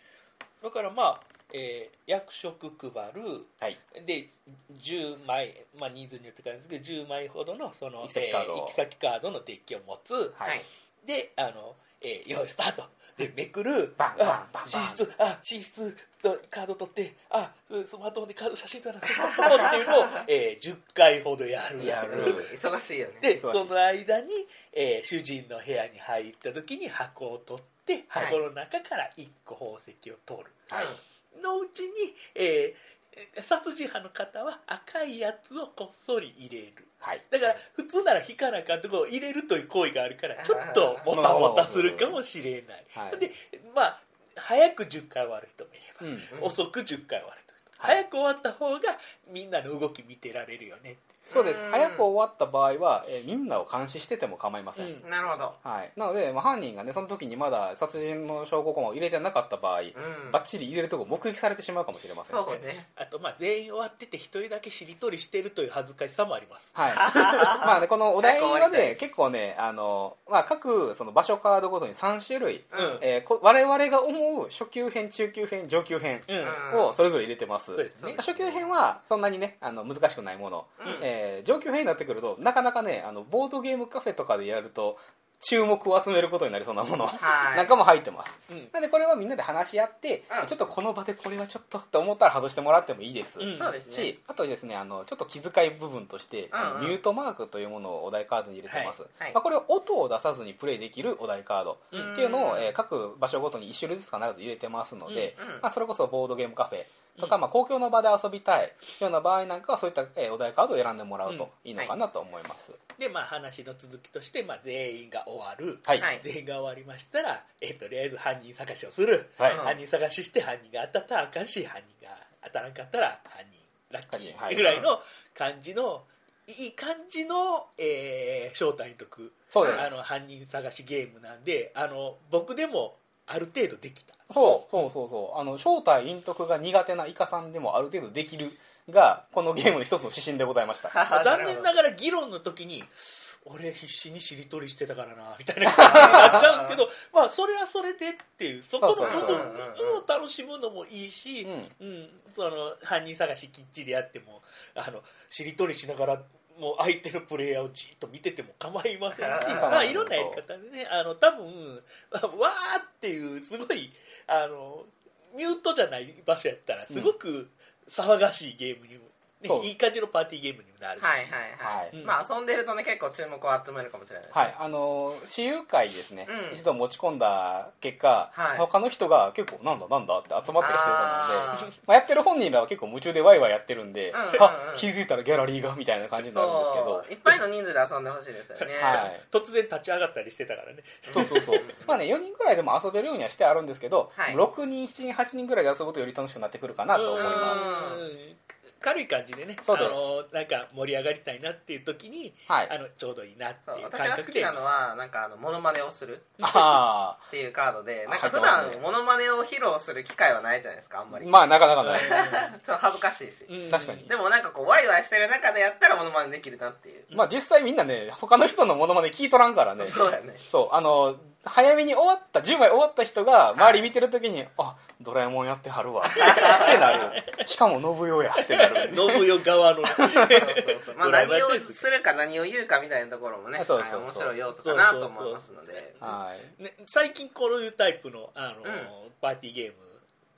Speaker 1: だからまあ、えー役職配る
Speaker 3: はい
Speaker 1: で10枚、まあ、人数によって変わるんですけど10枚ほどのその
Speaker 3: 行き先カード
Speaker 1: え行き先カードのデッキを持つ、
Speaker 3: はい
Speaker 2: はい
Speaker 1: であの、えー用意スタートでめくる
Speaker 3: バンバン
Speaker 1: あ
Speaker 3: バンバン
Speaker 1: 寝室あ寝室とカード取ってあスマートフォンでカード写 真撮らなきゃスマートフォンっていうのを、えー10回ほどやる
Speaker 3: やる
Speaker 2: 忙しいよね
Speaker 1: で
Speaker 3: 忙
Speaker 1: そ
Speaker 3: しい
Speaker 1: の間に、えー主人の部屋に入った時に箱を取って
Speaker 2: はい
Speaker 1: 箱の中から1個宝石を取る、
Speaker 3: はい
Speaker 1: のうちに、えー殺人犯の方は赤いやつをこっそり入れる
Speaker 3: はい
Speaker 1: だから普通なら引かなあかんとこを入れるという行為があるから
Speaker 2: あー
Speaker 1: ちょっともたもたするかもしれない、
Speaker 3: はい
Speaker 1: でまあ早く10回終わる人もいれば、
Speaker 3: うん
Speaker 2: うん
Speaker 1: 遅く10回終わる人もいる
Speaker 3: はい
Speaker 1: 早く終わった方がみんなの動き見てられるよねって
Speaker 3: そうです
Speaker 2: うん
Speaker 3: 早く終わった場合は、えーみんなを監視してても構いません、
Speaker 1: うん
Speaker 2: なるほど
Speaker 3: はい、なので、まあ、犯人がねその時にまだ殺人の証拠コマを入れてなかった場合、
Speaker 2: うん
Speaker 3: バッチリ入れるとこ目撃されてしまうかもしれません
Speaker 2: そうね
Speaker 1: あとまあ全員終わってて一人だけしりとりしてるという恥ずかしさもあります、
Speaker 3: はい、まあねこのお題
Speaker 2: 早
Speaker 3: は
Speaker 2: く終わりた
Speaker 3: ね結構ねあの、まあ、各その場所カードごとに3種類、
Speaker 2: うん
Speaker 1: うん
Speaker 3: えーこ我々が思う初級編中級編上級編
Speaker 1: うん
Speaker 3: をそれぞれ入れてます,、
Speaker 1: そうですね
Speaker 3: 初級編はそんなにねあの難しくないもの、
Speaker 2: うん
Speaker 3: えー上級編になってくるとなかなかねあのボードゲームカフェとかでやると注目を集めることになりそうなもの、
Speaker 2: はい
Speaker 3: なんかも入ってます
Speaker 1: うん
Speaker 3: なんでこれはみんなで話し合って、
Speaker 2: うん
Speaker 3: ちょっとこの場でこれはちょっとって思ったら外してもらってもいいです、
Speaker 1: うん
Speaker 2: そうですね
Speaker 3: しあとですねあのちょっと気遣い部分として、あの
Speaker 2: うんうん
Speaker 3: ミュートマークというものをお題カードに入れてます、
Speaker 1: は
Speaker 2: はい
Speaker 3: まあ、これを音を出さずにプレイできるお題カード
Speaker 1: うん
Speaker 3: っていうのを、えー
Speaker 2: ん
Speaker 3: 各場所ごとに1種類ずつ必ず入れてますので、
Speaker 2: うんうん
Speaker 3: まあ、それこそボードゲームカフェとか、まあ、公共の場で遊びたいような場合なんかはそういった、えーお題カードを選んでもらうといいのかなと思います、
Speaker 1: でまあ話の続きとして、まあ、全員が終わる、
Speaker 3: はい
Speaker 2: はい
Speaker 1: 全員が終わりましたら、えーとりあえず犯人探しをする、
Speaker 3: はい
Speaker 1: 犯人探しして犯人が当たったらあかんし犯人が当たらんかったら犯人ラッキ
Speaker 3: はい
Speaker 1: ーぐらいの感じの、いい感じの、えー、正体に得
Speaker 3: そうです
Speaker 1: あの犯人探しゲームなんであの僕でもある程度できた
Speaker 3: そうそうそうそうあの正体隠匿が苦手なイカさんでもある程度できるがこのゲームの一つの指針でございました
Speaker 2: あー
Speaker 1: 残念な
Speaker 2: る
Speaker 1: がら議論の時に俺必死にしりとりしてたからなみたいな感じになっちゃうんですけ どまあそれはそれでっていうそこの部
Speaker 3: そうそう
Speaker 2: そう
Speaker 1: 分を楽しむのもいいし、
Speaker 3: う
Speaker 1: うんその犯人探しきっちりやってもあのしりとりしながらもう相手のプレイヤーをじっと見てても構いませんし、
Speaker 2: あー
Speaker 1: まあ、いろんなやり方でねあの多分わーっていうすごいあのミュートじゃない場所やったらすごく騒がしいゲームにも、ね
Speaker 3: そう
Speaker 1: いい感じのパーティーゲームにもなるし、
Speaker 2: はいはいはい、
Speaker 3: はい
Speaker 2: まあ遊んでるとね結構注目を集めるかもしれないですね
Speaker 3: はいあのー私有会ですね、
Speaker 2: うん
Speaker 3: 一度持ち込んだ結果、
Speaker 2: はい
Speaker 3: 他の人が結構なんだなんだって集まってきてたの
Speaker 2: あ
Speaker 3: でまあ、やってる本人らは結構夢中でワイワイやってるんで、
Speaker 2: うんうんうん
Speaker 3: あ気づいたらギャラリーがみたいな感じになるんですけど
Speaker 2: そういっぱいの人数で遊んでほしいですよね
Speaker 3: はい
Speaker 1: 突然立ち上がったりしてたからね
Speaker 3: そうそう そうまあね4人ぐらいでも遊べるようにはしてあるんですけど、
Speaker 2: はい
Speaker 3: 6人7人8人ぐらいで遊ぶとより楽しくなってくるかなと思います
Speaker 2: す
Speaker 1: うん軽い感じでね
Speaker 3: そうです
Speaker 1: あのなんか盛り上がりたいなっていう時に、
Speaker 3: はい
Speaker 1: あのちょうどいいなって
Speaker 2: そう
Speaker 1: いう
Speaker 2: 私
Speaker 1: 感
Speaker 2: が好
Speaker 1: 覚
Speaker 2: き
Speaker 1: で
Speaker 2: なのはなんかあのモノマネをする
Speaker 3: あ
Speaker 2: っていうカードでなんか
Speaker 3: あ入っ
Speaker 2: 普
Speaker 3: てますね
Speaker 2: 段モノマネを披露する機会はないじゃないですかあんま
Speaker 3: あ
Speaker 2: り、
Speaker 3: まあなかなかない
Speaker 2: ちょっと恥ずかしいし、
Speaker 1: うん
Speaker 3: 確かに
Speaker 2: でもなんかこうワイワイしてる中でやったらモノマネできるなっていう、
Speaker 3: まあ実際みんなね他の人のモノマネ聞いとらんからね
Speaker 2: そうだね
Speaker 3: そうあの早めに終わった10枚終わった人が周り見てる時に「あドラえもんやってはるわ」ってなるしかも信代やってな る
Speaker 1: 信代側のね
Speaker 2: そうそうそうまあ
Speaker 1: ドライバ
Speaker 2: 何
Speaker 1: ー
Speaker 2: を
Speaker 1: です
Speaker 2: するか何を言うかみたいなところもね
Speaker 3: そうそ
Speaker 2: は
Speaker 3: うそう
Speaker 2: い面白い要素かなと思いますので
Speaker 3: はい
Speaker 1: ね、最近こういうタイプのあの、
Speaker 2: う
Speaker 1: パーティーゲーム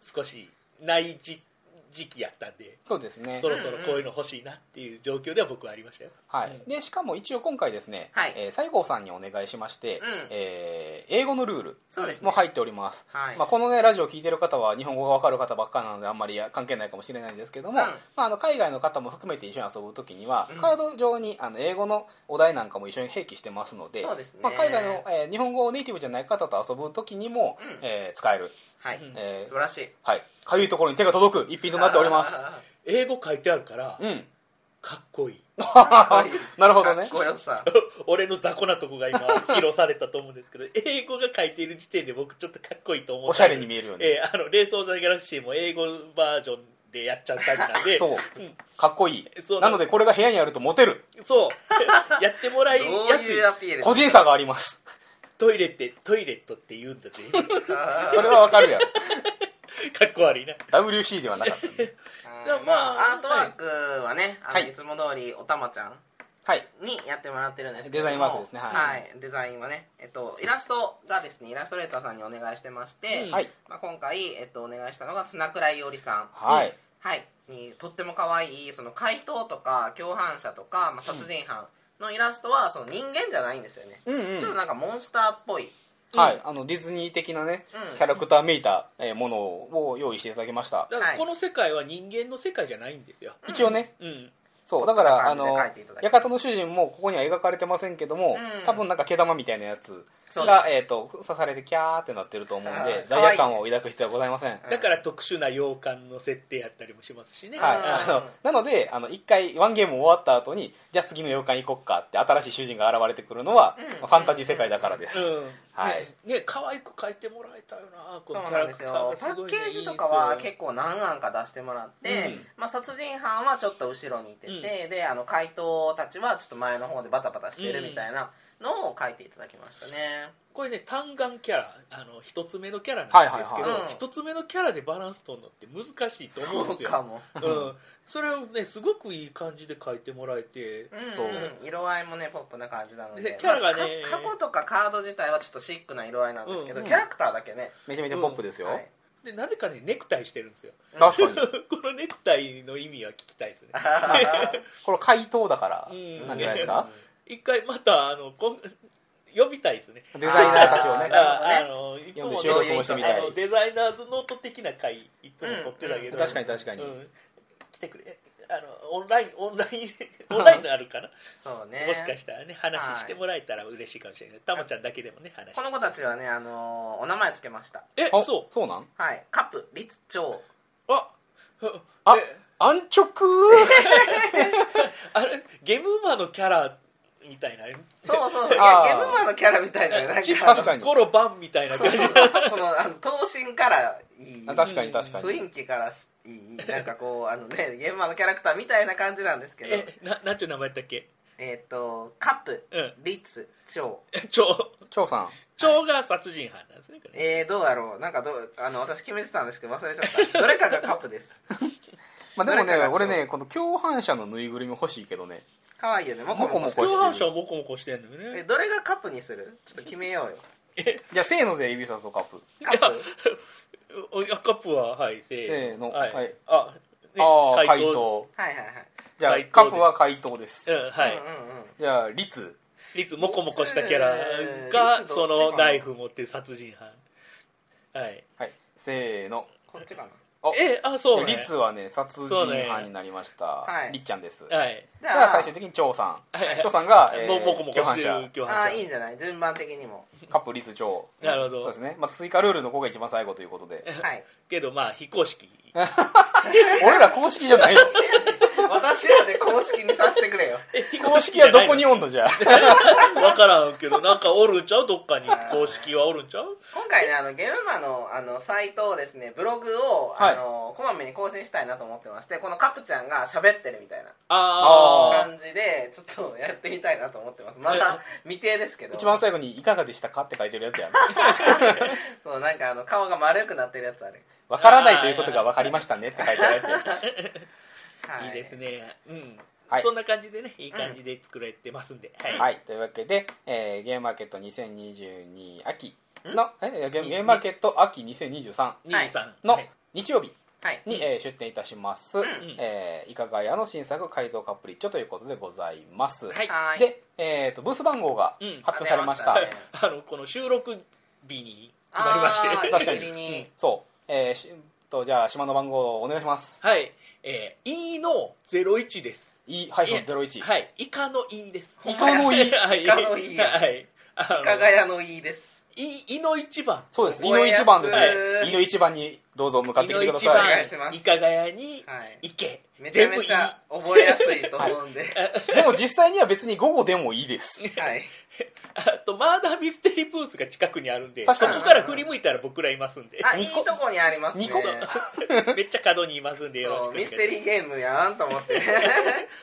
Speaker 1: 少しない時時期やったんで
Speaker 3: そうですね
Speaker 1: そろそろこういうの欲しいなっていう状況では僕はありましたよ、
Speaker 3: はい、でしかも一応今回ですね、
Speaker 2: はい
Speaker 3: えー西郷さんにお願いしまして、
Speaker 2: うん
Speaker 3: えー英語のルール
Speaker 2: そうですね
Speaker 3: も入っております、
Speaker 2: はい
Speaker 3: まあ、この、ね、ラジオを聞いてる方は日本語が分かる方ばっかなのであんまり関係ないかもしれないんですけども、
Speaker 2: うん
Speaker 3: まあ、あの海外の方も含めて一緒に遊ぶ時には、
Speaker 2: うん
Speaker 3: カード上にあの英語のお題なんかも一緒に併記してますので
Speaker 2: そうですね
Speaker 3: まあ、海外の、えー日本語をネイティブじゃない方と遊ぶ時にも、
Speaker 2: うん
Speaker 3: えー使える、
Speaker 2: はい、
Speaker 1: うん
Speaker 3: え
Speaker 2: 素
Speaker 3: ー
Speaker 2: 晴らしい
Speaker 3: はい、かゆいところに手が届く一品となってお ります
Speaker 2: あ
Speaker 1: 英語書いてあるから、
Speaker 3: うん
Speaker 1: かっこい い
Speaker 3: なる
Speaker 2: ー
Speaker 3: ほど
Speaker 2: か
Speaker 3: ね
Speaker 2: っこよさ
Speaker 1: 俺の雑魚なとこが今披露されたと思うんですけど英語が書いている時点で僕ちょっとかっこいいと思う
Speaker 3: おしゃれに見えるよね、
Speaker 1: えーあの「冷蔵ザ・ギャラクシー」も英語バージョンでやっちゃったりな んで
Speaker 3: そう
Speaker 1: うん
Speaker 3: かっこいい
Speaker 1: そう
Speaker 3: なのでこれが部屋にあるとモテる
Speaker 1: そう やってもらい
Speaker 2: どう
Speaker 1: やすい
Speaker 2: いうアピール
Speaker 3: 個人差があります
Speaker 1: トイレってトイレットって言うんだぜ
Speaker 2: あー
Speaker 3: それはわかる やろ
Speaker 1: かっこ悪いな
Speaker 3: WC ではなかったね
Speaker 1: じゃあ
Speaker 2: あー
Speaker 1: ま
Speaker 2: ま
Speaker 1: あ
Speaker 2: あアートワークはねあの
Speaker 3: はい
Speaker 2: いつも通りおたまちゃん
Speaker 3: はい
Speaker 2: にやってもらってるんですけども
Speaker 3: デザインワークですねはい
Speaker 2: デザインはね、えっと、イラストがですねイラストレーターさんにお願いしてまして、
Speaker 1: うん
Speaker 3: はい
Speaker 2: まあ、今回、えっと、お願いしたのが砂倉伊織さん
Speaker 3: はい、
Speaker 2: はい、にとっても可愛いその怪盗とか共犯者とか、まあ、殺人犯のイラストはその人間じゃないんですよね、
Speaker 3: うん
Speaker 2: ちょっ
Speaker 3: う
Speaker 2: と
Speaker 3: ん
Speaker 2: なんかモンスターっぽい、
Speaker 3: はい、あのディズニー的なね
Speaker 2: うん
Speaker 3: キャラクターめいたえーものを用意していただきました
Speaker 1: だから
Speaker 2: はい
Speaker 1: この世界は人間の世界じゃないんですよ、
Speaker 3: 一応ね
Speaker 1: うん、
Speaker 3: そうだからあ
Speaker 2: こん
Speaker 3: の
Speaker 2: な感じで描いていただきました
Speaker 3: 館の主人もここには描かれてませんけども
Speaker 2: うん
Speaker 3: 多分なんか毛玉みたいなやつ
Speaker 2: そうです
Speaker 3: がえーと刺されてキャーってなってると思うん
Speaker 2: はい
Speaker 3: で罪悪感を抱く必要はございません
Speaker 2: うん
Speaker 1: だから特殊な洋館の設定やったりもしますしね、
Speaker 3: はい、
Speaker 2: あ
Speaker 3: あ
Speaker 2: ー
Speaker 3: のなのであの一回ワンゲーム終わった後にじゃあ次の洋館行こっかって新しい主人が現れてくるのは、
Speaker 2: うん
Speaker 3: まあファンタジー世界だからです、
Speaker 1: うん
Speaker 3: はい
Speaker 1: ねね可愛く描いてもらえたよなこ
Speaker 2: そう
Speaker 1: のキ
Speaker 2: な
Speaker 1: ャ
Speaker 2: ん
Speaker 1: ラ
Speaker 2: で
Speaker 1: ク
Speaker 2: す
Speaker 1: ターが
Speaker 2: よ
Speaker 1: す
Speaker 2: パ
Speaker 1: ごいね
Speaker 2: ッケージとかはい
Speaker 1: いんですよ
Speaker 2: 結構何案か出してもらって、
Speaker 1: うん
Speaker 2: まあ、殺人犯はちょっと後ろにいてて、
Speaker 1: うん
Speaker 2: であの怪盗たちはちょっと前の方でバタバタしてるみたいなのを書いていただきましたね、
Speaker 1: これね単眼キャラあの一つ目のキャラなん
Speaker 3: はいはい
Speaker 1: ですけ
Speaker 2: はいうん
Speaker 1: ど一つ目のキャラでバランス取るのって難しいと思うんです
Speaker 2: そうか
Speaker 1: よ
Speaker 2: も、
Speaker 1: うん、それをねすごくいい感じで描いてもらえて
Speaker 2: うんうん
Speaker 3: そう
Speaker 2: 色合いもねポップな感じなので
Speaker 1: でキャラがね
Speaker 2: まあか箱とかカード自体はちょっとシックな色合いなんですけど、
Speaker 1: うんうん
Speaker 2: キャラクターだけね、
Speaker 3: めちゃめちゃポップですよ、
Speaker 2: はい
Speaker 1: でなぜかねネクタイしてるんですよ
Speaker 3: 確かに
Speaker 1: このネクタイの意味は聞きたいですね
Speaker 3: これ回答だから
Speaker 1: うん
Speaker 3: なんじゃないですか、
Speaker 1: 一回またあのこん呼びたいですね
Speaker 3: デザイナーたちを
Speaker 2: あ
Speaker 3: ね
Speaker 2: なるほどね
Speaker 1: ああのいつも
Speaker 3: 呼んで
Speaker 2: 収録もしてみた
Speaker 3: い
Speaker 1: あのデザイナーズノート的な会いつも撮ってたけど、
Speaker 2: うん
Speaker 3: 確かに確かに、
Speaker 1: うん来てくれあのオンラインオンライン オンラインのあるかな、
Speaker 2: そうね
Speaker 1: もしかしたらね話してもらえたら嬉しいかもしれないたまちゃんだけでもね話し
Speaker 2: この子たちはね、あのーお名前つけました
Speaker 1: え
Speaker 3: あ
Speaker 1: そ
Speaker 3: そうなん
Speaker 2: はいカップ律長
Speaker 1: うあ
Speaker 3: あ
Speaker 1: え
Speaker 3: 安 直
Speaker 1: あれゲームマのキャラみたいな
Speaker 2: そうそうそうい
Speaker 3: あ
Speaker 2: や
Speaker 3: ー
Speaker 2: ゲームマンのキャラみたいじゃないなん
Speaker 1: チップ
Speaker 2: か
Speaker 3: 確かに
Speaker 1: ゴロバンみたいな
Speaker 2: そうそ
Speaker 1: 感じ
Speaker 2: うこのあの等身からいい
Speaker 3: あ確かに確かに、
Speaker 2: 雰囲気からしいいなんかこうあのねゲームマンのキャラクターみたいな感じなんですけど
Speaker 1: えななんていう名前だったっけ
Speaker 2: えっ、とカップ
Speaker 1: うん
Speaker 2: 律長
Speaker 1: 蝶
Speaker 3: 張さん
Speaker 1: 蝶が殺人犯なんですねこれ
Speaker 2: えー、どうやろうなんかどうあの私決めてたんですけど忘れちゃったどれかがカップです
Speaker 3: まあでも
Speaker 2: 誰
Speaker 3: ね
Speaker 2: かが
Speaker 3: 俺ねこの共犯者のぬいぐるみ欲しいけどね
Speaker 2: 可愛いよねもこもこ
Speaker 3: もこもこ
Speaker 1: 共犯者はモコモコしてんのよ
Speaker 2: え
Speaker 1: ね
Speaker 2: どれがカップにするちょっと決めようよ
Speaker 3: じゃあせーので指さそうカップ
Speaker 2: カップ
Speaker 1: おいや カップははいせ
Speaker 3: せーの
Speaker 1: はい、
Speaker 3: はい
Speaker 1: あ、ね
Speaker 3: ああ回答
Speaker 2: はいはいはい
Speaker 3: じゃあ
Speaker 1: 回答で
Speaker 3: カップは回答です、
Speaker 1: うんはい、
Speaker 2: うんうんうん
Speaker 3: じゃあ律
Speaker 1: いつもこもこしたキャラが
Speaker 2: いつどっちかな
Speaker 1: そのナイフ持ってる殺人犯はい
Speaker 3: はいせーの
Speaker 2: こっちかな
Speaker 3: あ
Speaker 1: えあそうね
Speaker 3: リツはね殺人
Speaker 1: そうね
Speaker 3: 犯になりました、
Speaker 2: はい
Speaker 3: りっちゃんです、
Speaker 1: はい
Speaker 2: じ
Speaker 3: では最終的に張さん、
Speaker 1: はい
Speaker 3: 張さんが、えー
Speaker 1: ももこも
Speaker 3: 共
Speaker 1: こし
Speaker 3: 犯
Speaker 1: て
Speaker 3: 者
Speaker 1: る共
Speaker 2: あ
Speaker 1: 犯
Speaker 2: ーいいん
Speaker 1: 者
Speaker 2: じゃない順番的に も
Speaker 3: カップリツ張
Speaker 1: なるほ
Speaker 3: そう
Speaker 1: ど
Speaker 3: ですねまた追加ルールの方が一番最後ということで
Speaker 2: はい
Speaker 1: けどまあ非公式
Speaker 3: 俺ら公式じゃないの
Speaker 2: 私らで公式にさせてくれよ
Speaker 1: え非
Speaker 3: 公式はどこにおんのじゃあ
Speaker 1: 分からんけどなんかおるんちゃうどっかに公式はおるんちゃう
Speaker 2: 今回ねあのゲームマのあのサイトをですねブログを、
Speaker 3: はい
Speaker 2: あのこまめに更新したいなと思ってましてこのカプちゃんが喋ってるみたいな
Speaker 1: ああ
Speaker 2: 感じでちょっとやってみたいなと思ってますま た未定ですけど
Speaker 3: 一番最後に「いかがでしたか?」って書いてるやつやん
Speaker 2: そうなんかあの顔が丸くなってるやつある、
Speaker 3: 「わからないということが分かりましたね」って書いてるやつやん
Speaker 2: はい
Speaker 1: いですねうん、
Speaker 3: はい
Speaker 1: そんな感じでねいい感じで作られてますんで、はい、
Speaker 3: はい、というわけで、えーゲームマーケット2022秋のえゲームゲームマーケット秋2023
Speaker 1: 兄さん
Speaker 3: の
Speaker 1: はい
Speaker 3: 日曜日
Speaker 2: はい
Speaker 3: に、えー出店いたします、
Speaker 2: ん
Speaker 3: えーいかがやの新作「怪盗カプリッチョ」ということでございます、
Speaker 1: はい
Speaker 2: はい
Speaker 3: で、えー、とブース番号が
Speaker 1: うん
Speaker 3: 発表されました,、
Speaker 2: あ出ましたね
Speaker 1: あのこの収録日に決まりまして
Speaker 2: あー
Speaker 3: 確かに
Speaker 2: ギリギリに
Speaker 3: そう、えーしとじゃあ島の番号をお願いします
Speaker 1: はいえー、E の01です
Speaker 3: いハイフン01
Speaker 1: はいイカの E です
Speaker 3: イカの E
Speaker 1: はい
Speaker 2: イカの E や
Speaker 1: はいあの
Speaker 2: いかがやのいいです
Speaker 1: いいの一番
Speaker 3: そうです胃
Speaker 2: 覚
Speaker 3: の
Speaker 2: えやすい
Speaker 3: 一番ですね胃の一番にどうぞ向かってきてくださ
Speaker 2: お
Speaker 3: い
Speaker 2: 願いします
Speaker 1: いかがやに
Speaker 2: はい
Speaker 1: 行け、
Speaker 2: めちゃ
Speaker 1: 全部
Speaker 2: め
Speaker 1: いい
Speaker 2: ちゃ覚えやすいと思うん で、
Speaker 3: でも実際には別に午後でもいいです
Speaker 2: はい、
Speaker 1: あとマーダーミステリーブースが近くにあるんで
Speaker 3: 確かに
Speaker 1: そこから振り向いたら僕らいますんで
Speaker 2: あいい
Speaker 3: ニコ
Speaker 2: とこにありますね
Speaker 3: ニコ
Speaker 1: めっちゃ角にいますんでよろしく
Speaker 2: そ
Speaker 1: お
Speaker 2: う
Speaker 1: 願い
Speaker 2: ミ
Speaker 1: し
Speaker 2: ス
Speaker 1: ま
Speaker 2: テ
Speaker 1: す
Speaker 2: リーゲームやんと思って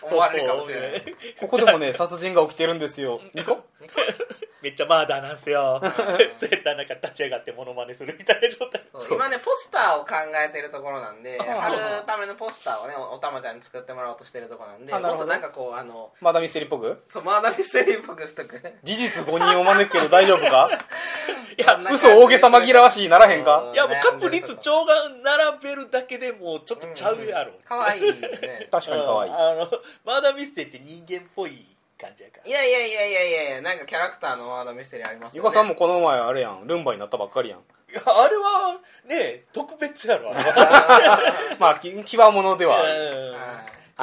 Speaker 2: 思われるかもしれないです
Speaker 3: ここでもね殺人が起きてるんですよニコ
Speaker 1: めっちゃマーダーなんすよそうやったらなんか立ち上がってモノマネするみたいな状態
Speaker 2: そう
Speaker 3: そう
Speaker 2: 今ねポスターを考えてるところなんで
Speaker 3: あー
Speaker 2: 貼るためのポスターをねおおたまちゃんに作ってもらおうとしてるとこなんで
Speaker 3: あな
Speaker 2: も
Speaker 3: る
Speaker 2: っ
Speaker 3: ほど
Speaker 2: となんかこうあの
Speaker 3: まだミステリーっぽく
Speaker 2: そうマーダーミステリーっぽくしとく
Speaker 3: 事実5人を招くけど大丈夫か
Speaker 1: いや
Speaker 2: そんな感じ
Speaker 3: 嘘大げさ紛らわしいならへんか
Speaker 1: いやもうカップ率長が並べるだけでもうちょっとちゃうやろ、
Speaker 2: かわいいよね
Speaker 3: 確かに可愛い
Speaker 1: うんあのマーダーミステリーって人間っぽい感じやから
Speaker 2: いやいやいやいやいやいやなんかキャラクターのマーダーミステリーありますよ
Speaker 3: ゆか
Speaker 2: ね
Speaker 3: さんもこの前あれやんルンバになったばっかりやん
Speaker 1: いやあれはね特別やろあれは
Speaker 3: まあききわものではある
Speaker 2: はい
Speaker 1: うんで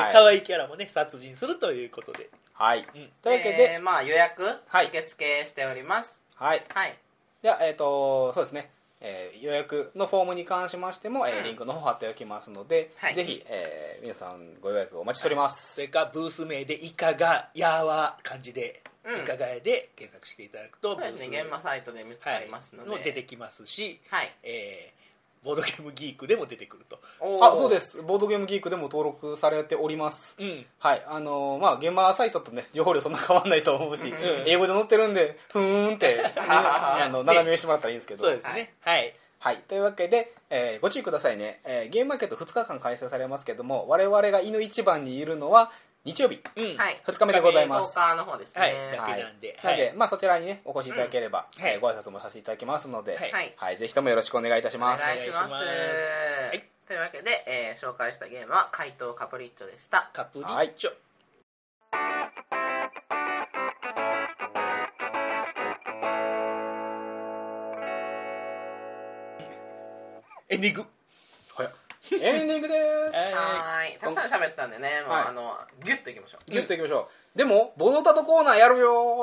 Speaker 3: はい
Speaker 1: 可愛いキャラもね殺人するということで
Speaker 3: はい
Speaker 1: うん
Speaker 3: というわけ
Speaker 2: え
Speaker 3: で
Speaker 2: ーまあ予約
Speaker 3: はい
Speaker 2: 受付しております
Speaker 3: はい
Speaker 2: はい
Speaker 3: じゃあえっとそうですねえー予約のフォームに関しましても、えーリンクの方貼っておきますので、
Speaker 2: はい
Speaker 3: ぜひ、えー皆さんご予約お待ちしております、
Speaker 1: それかブース名で「いかがやは」漢字で「
Speaker 2: うん
Speaker 1: いかがや」で検索していただくと
Speaker 2: そうです
Speaker 1: ブー
Speaker 2: ね
Speaker 1: ス
Speaker 2: 現場サイトで見つかりますので、
Speaker 1: はいも出てきますし、
Speaker 2: はい
Speaker 1: えーボードゲームギークでも出てくると、
Speaker 2: おー
Speaker 3: あそうですボードゲームギークでも登録されております
Speaker 1: うん、
Speaker 3: はいあのーまあ現場サイトとね 情報量そんな変わんないと思うし、
Speaker 2: うん
Speaker 3: 英語で載ってるんでふーんってあの斜め見してもらったらいいんですけど
Speaker 1: そうですねはい、
Speaker 3: はいというわけで、えーご注意くださいね、えーゲームマーケット2日間開催されますけども我々が犬一番にいるのは日曜日
Speaker 1: うん
Speaker 2: はい
Speaker 3: 2日目でございます
Speaker 2: ストーカーの方ですね
Speaker 1: はいだ
Speaker 3: はい
Speaker 1: けなんで
Speaker 3: なので、
Speaker 1: はい
Speaker 3: まあ、そちらにねお越しいただければ、
Speaker 1: うんはい
Speaker 3: えーご挨拶もさせていただきますので、
Speaker 1: は
Speaker 3: はい
Speaker 1: い
Speaker 3: ぜひともよろしくお願いいたし
Speaker 2: お願
Speaker 3: ま
Speaker 2: い
Speaker 3: す
Speaker 2: します
Speaker 1: お願いしますはい
Speaker 2: というわけで、えー紹介したゲームは「怪盗カプリッチョ」でした
Speaker 1: カプリッチョ、エンディング
Speaker 3: エンディングです、
Speaker 1: はい
Speaker 2: はいたくさん喋ったんでねもう、
Speaker 3: はい
Speaker 2: あのギュッといきましょう
Speaker 3: ギュッといきましょうでもボノタとコーナーやるよ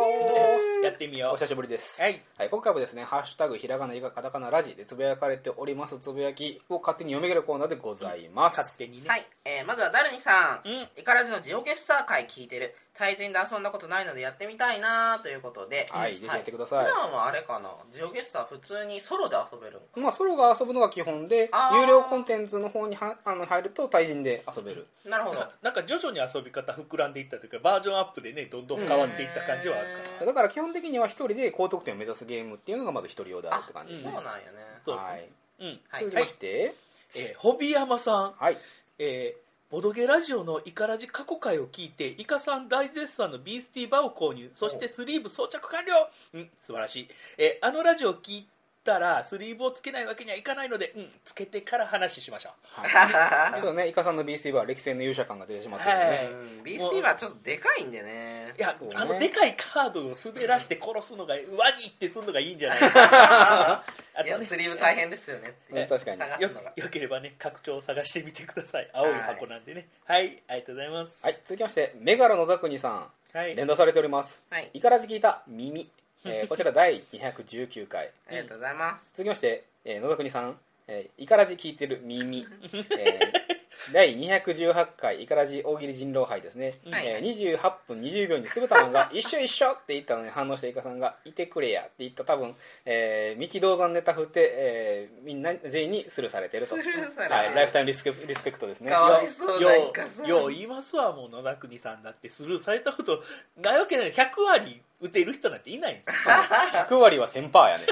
Speaker 1: やってみよ
Speaker 3: お
Speaker 1: う
Speaker 3: 久しぶりです、
Speaker 1: はい
Speaker 3: 今回もですね「ハッシュタグひらがな以外カタカナラジ」でつぶやかれておりますつぶやきを勝手に読み上げるコーナーでございます、
Speaker 1: 勝手にね、
Speaker 2: はい、えーまずはダルニさん、
Speaker 1: うん
Speaker 2: イカラジのジオゲッサー会聞いてる対人で遊んだことないのでやってみたいなということで
Speaker 3: は
Speaker 2: はい
Speaker 3: ぜひやってください
Speaker 2: 普段はあれかなジオゲッサー普通にソロで遊べるんか
Speaker 3: まあ、ソロが遊ぶのが基本で
Speaker 2: あー
Speaker 3: 有料コンテンツの方にはあの入ると対人で遊べる
Speaker 2: なる ほど
Speaker 1: ななんか徐々に遊び方膨らんでいったというかバージョンアップでねどんどん変わっていった感じはあるから、
Speaker 2: うん
Speaker 3: だから基本的には一人で高得点を目指すゲームっていうのがまず一人用である
Speaker 2: あ
Speaker 3: って感じです
Speaker 2: そう
Speaker 3: ね
Speaker 2: なんやね
Speaker 1: そうですね
Speaker 3: はい
Speaker 1: うん
Speaker 2: はい
Speaker 3: 続きまして
Speaker 1: えー、ホビヤマさん、
Speaker 3: はい、
Speaker 1: えーボドゲラジオのイカラジ過去回を聞いてイカさん大絶賛のビースティーバーを購入そしてスリーブ装着完了うん素晴らしい、えーあのラジオを聞いたらスリーブをつけないわけにはいかないので、うん、つけてから話しましょ
Speaker 3: はいけどねイカさんの BSTV は歴戦の勇者感が出てしまってるんでね、
Speaker 1: はい
Speaker 2: うん BST はちょっとでかいんでね
Speaker 1: ういや、
Speaker 3: そうね
Speaker 1: あのでかいカードを滑らして殺すのがワニってすんのがいいんじゃないかあ
Speaker 2: いやスリーブ大変ですよねって
Speaker 3: うん確かに
Speaker 2: 探
Speaker 1: よ
Speaker 2: すのが
Speaker 1: よければね拡張を探してみてください青い箱なんでねはい、ありがとうございます
Speaker 3: はい、続きましてメガロのザクニさ
Speaker 1: はい
Speaker 3: ん連打されております
Speaker 2: はい
Speaker 3: イカラジ聞いた 耳、えーこちら第219回
Speaker 2: ありがとうございます
Speaker 3: 続きまして、えー野田国さん、えーイカラジ聞いてる耳、えー第218回イカラジ大喜利人狼杯ですね、
Speaker 1: はい
Speaker 3: えー28分20秒にすぐたまが「 一緒一緒!」って言ったのに反応したイカさんが「いてくれや」って言った多分、えー、三木銅山ネタ振って、えーみんな全員にスルーされてると
Speaker 2: スルーされてる
Speaker 3: はい、ライフタイムリスクリスペクトですね
Speaker 2: かわいそうなイカさん
Speaker 1: ようよう言いますわもう野田国さんだってスルーされたことないわけない100割打てる人なんていないんですよ
Speaker 3: 100割は1000%やね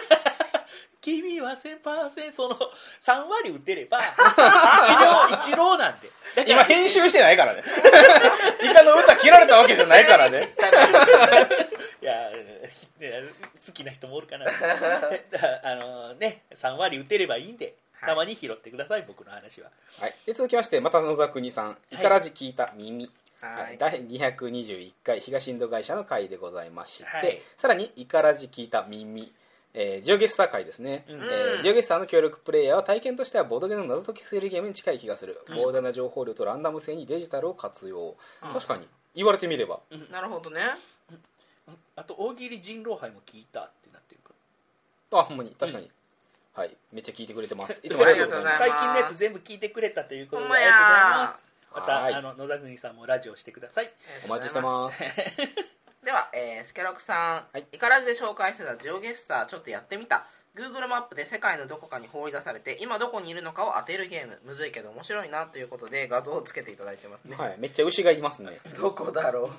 Speaker 1: 君は1000%その3割打てれば一郎一郎なんでだ から
Speaker 3: 今編集してないからね イカの歌切られたわけじゃないからね
Speaker 1: いやひ好きな人もおるかな あのね3割打てればいいんで
Speaker 2: はい
Speaker 1: たまに拾ってください、僕の話は
Speaker 3: はい、で続きましてまた野沢国さん「イカラジ聞いた耳」
Speaker 2: は
Speaker 3: はいい、第221回東インド会社の会でございまして、
Speaker 1: はい
Speaker 3: さらに「イカラジ聞いた耳」えージオゲッサー会ですね、
Speaker 1: うん
Speaker 3: えージオゲッサーの協力プレイヤーは体験としてはボードゲームの謎解き推理ゲームに近い気がする膨大な情報量とランダム性にデジタルを活用、
Speaker 2: うん
Speaker 3: 確かに言われてみれば
Speaker 2: なるほどね
Speaker 1: あと大喜利人狼杯も聞いたってなってるか
Speaker 3: あほんまに確かに、はいめっちゃ聞いてくれて ますいつもありがとうございま
Speaker 1: ら
Speaker 3: す
Speaker 2: あり
Speaker 1: 最
Speaker 2: がとうございます
Speaker 1: 近のやつ全部聞いてくれたということで
Speaker 2: ほんま
Speaker 1: あり
Speaker 2: や
Speaker 1: がとうございますま
Speaker 3: はい
Speaker 1: たあの野田国さんもラジオしてください
Speaker 3: お待ちしてます
Speaker 2: では、えー、スケロクさん、
Speaker 3: はい
Speaker 2: イカラジで紹介してたジオゲッサーちょっとやってみた Google マップで世界のどこかに放り出されて今どこにいるのかを当てるゲームむずいけど面白いなということで画像をつけていただいてます ね、
Speaker 3: はいめっちゃ牛がいますね
Speaker 2: どこだろ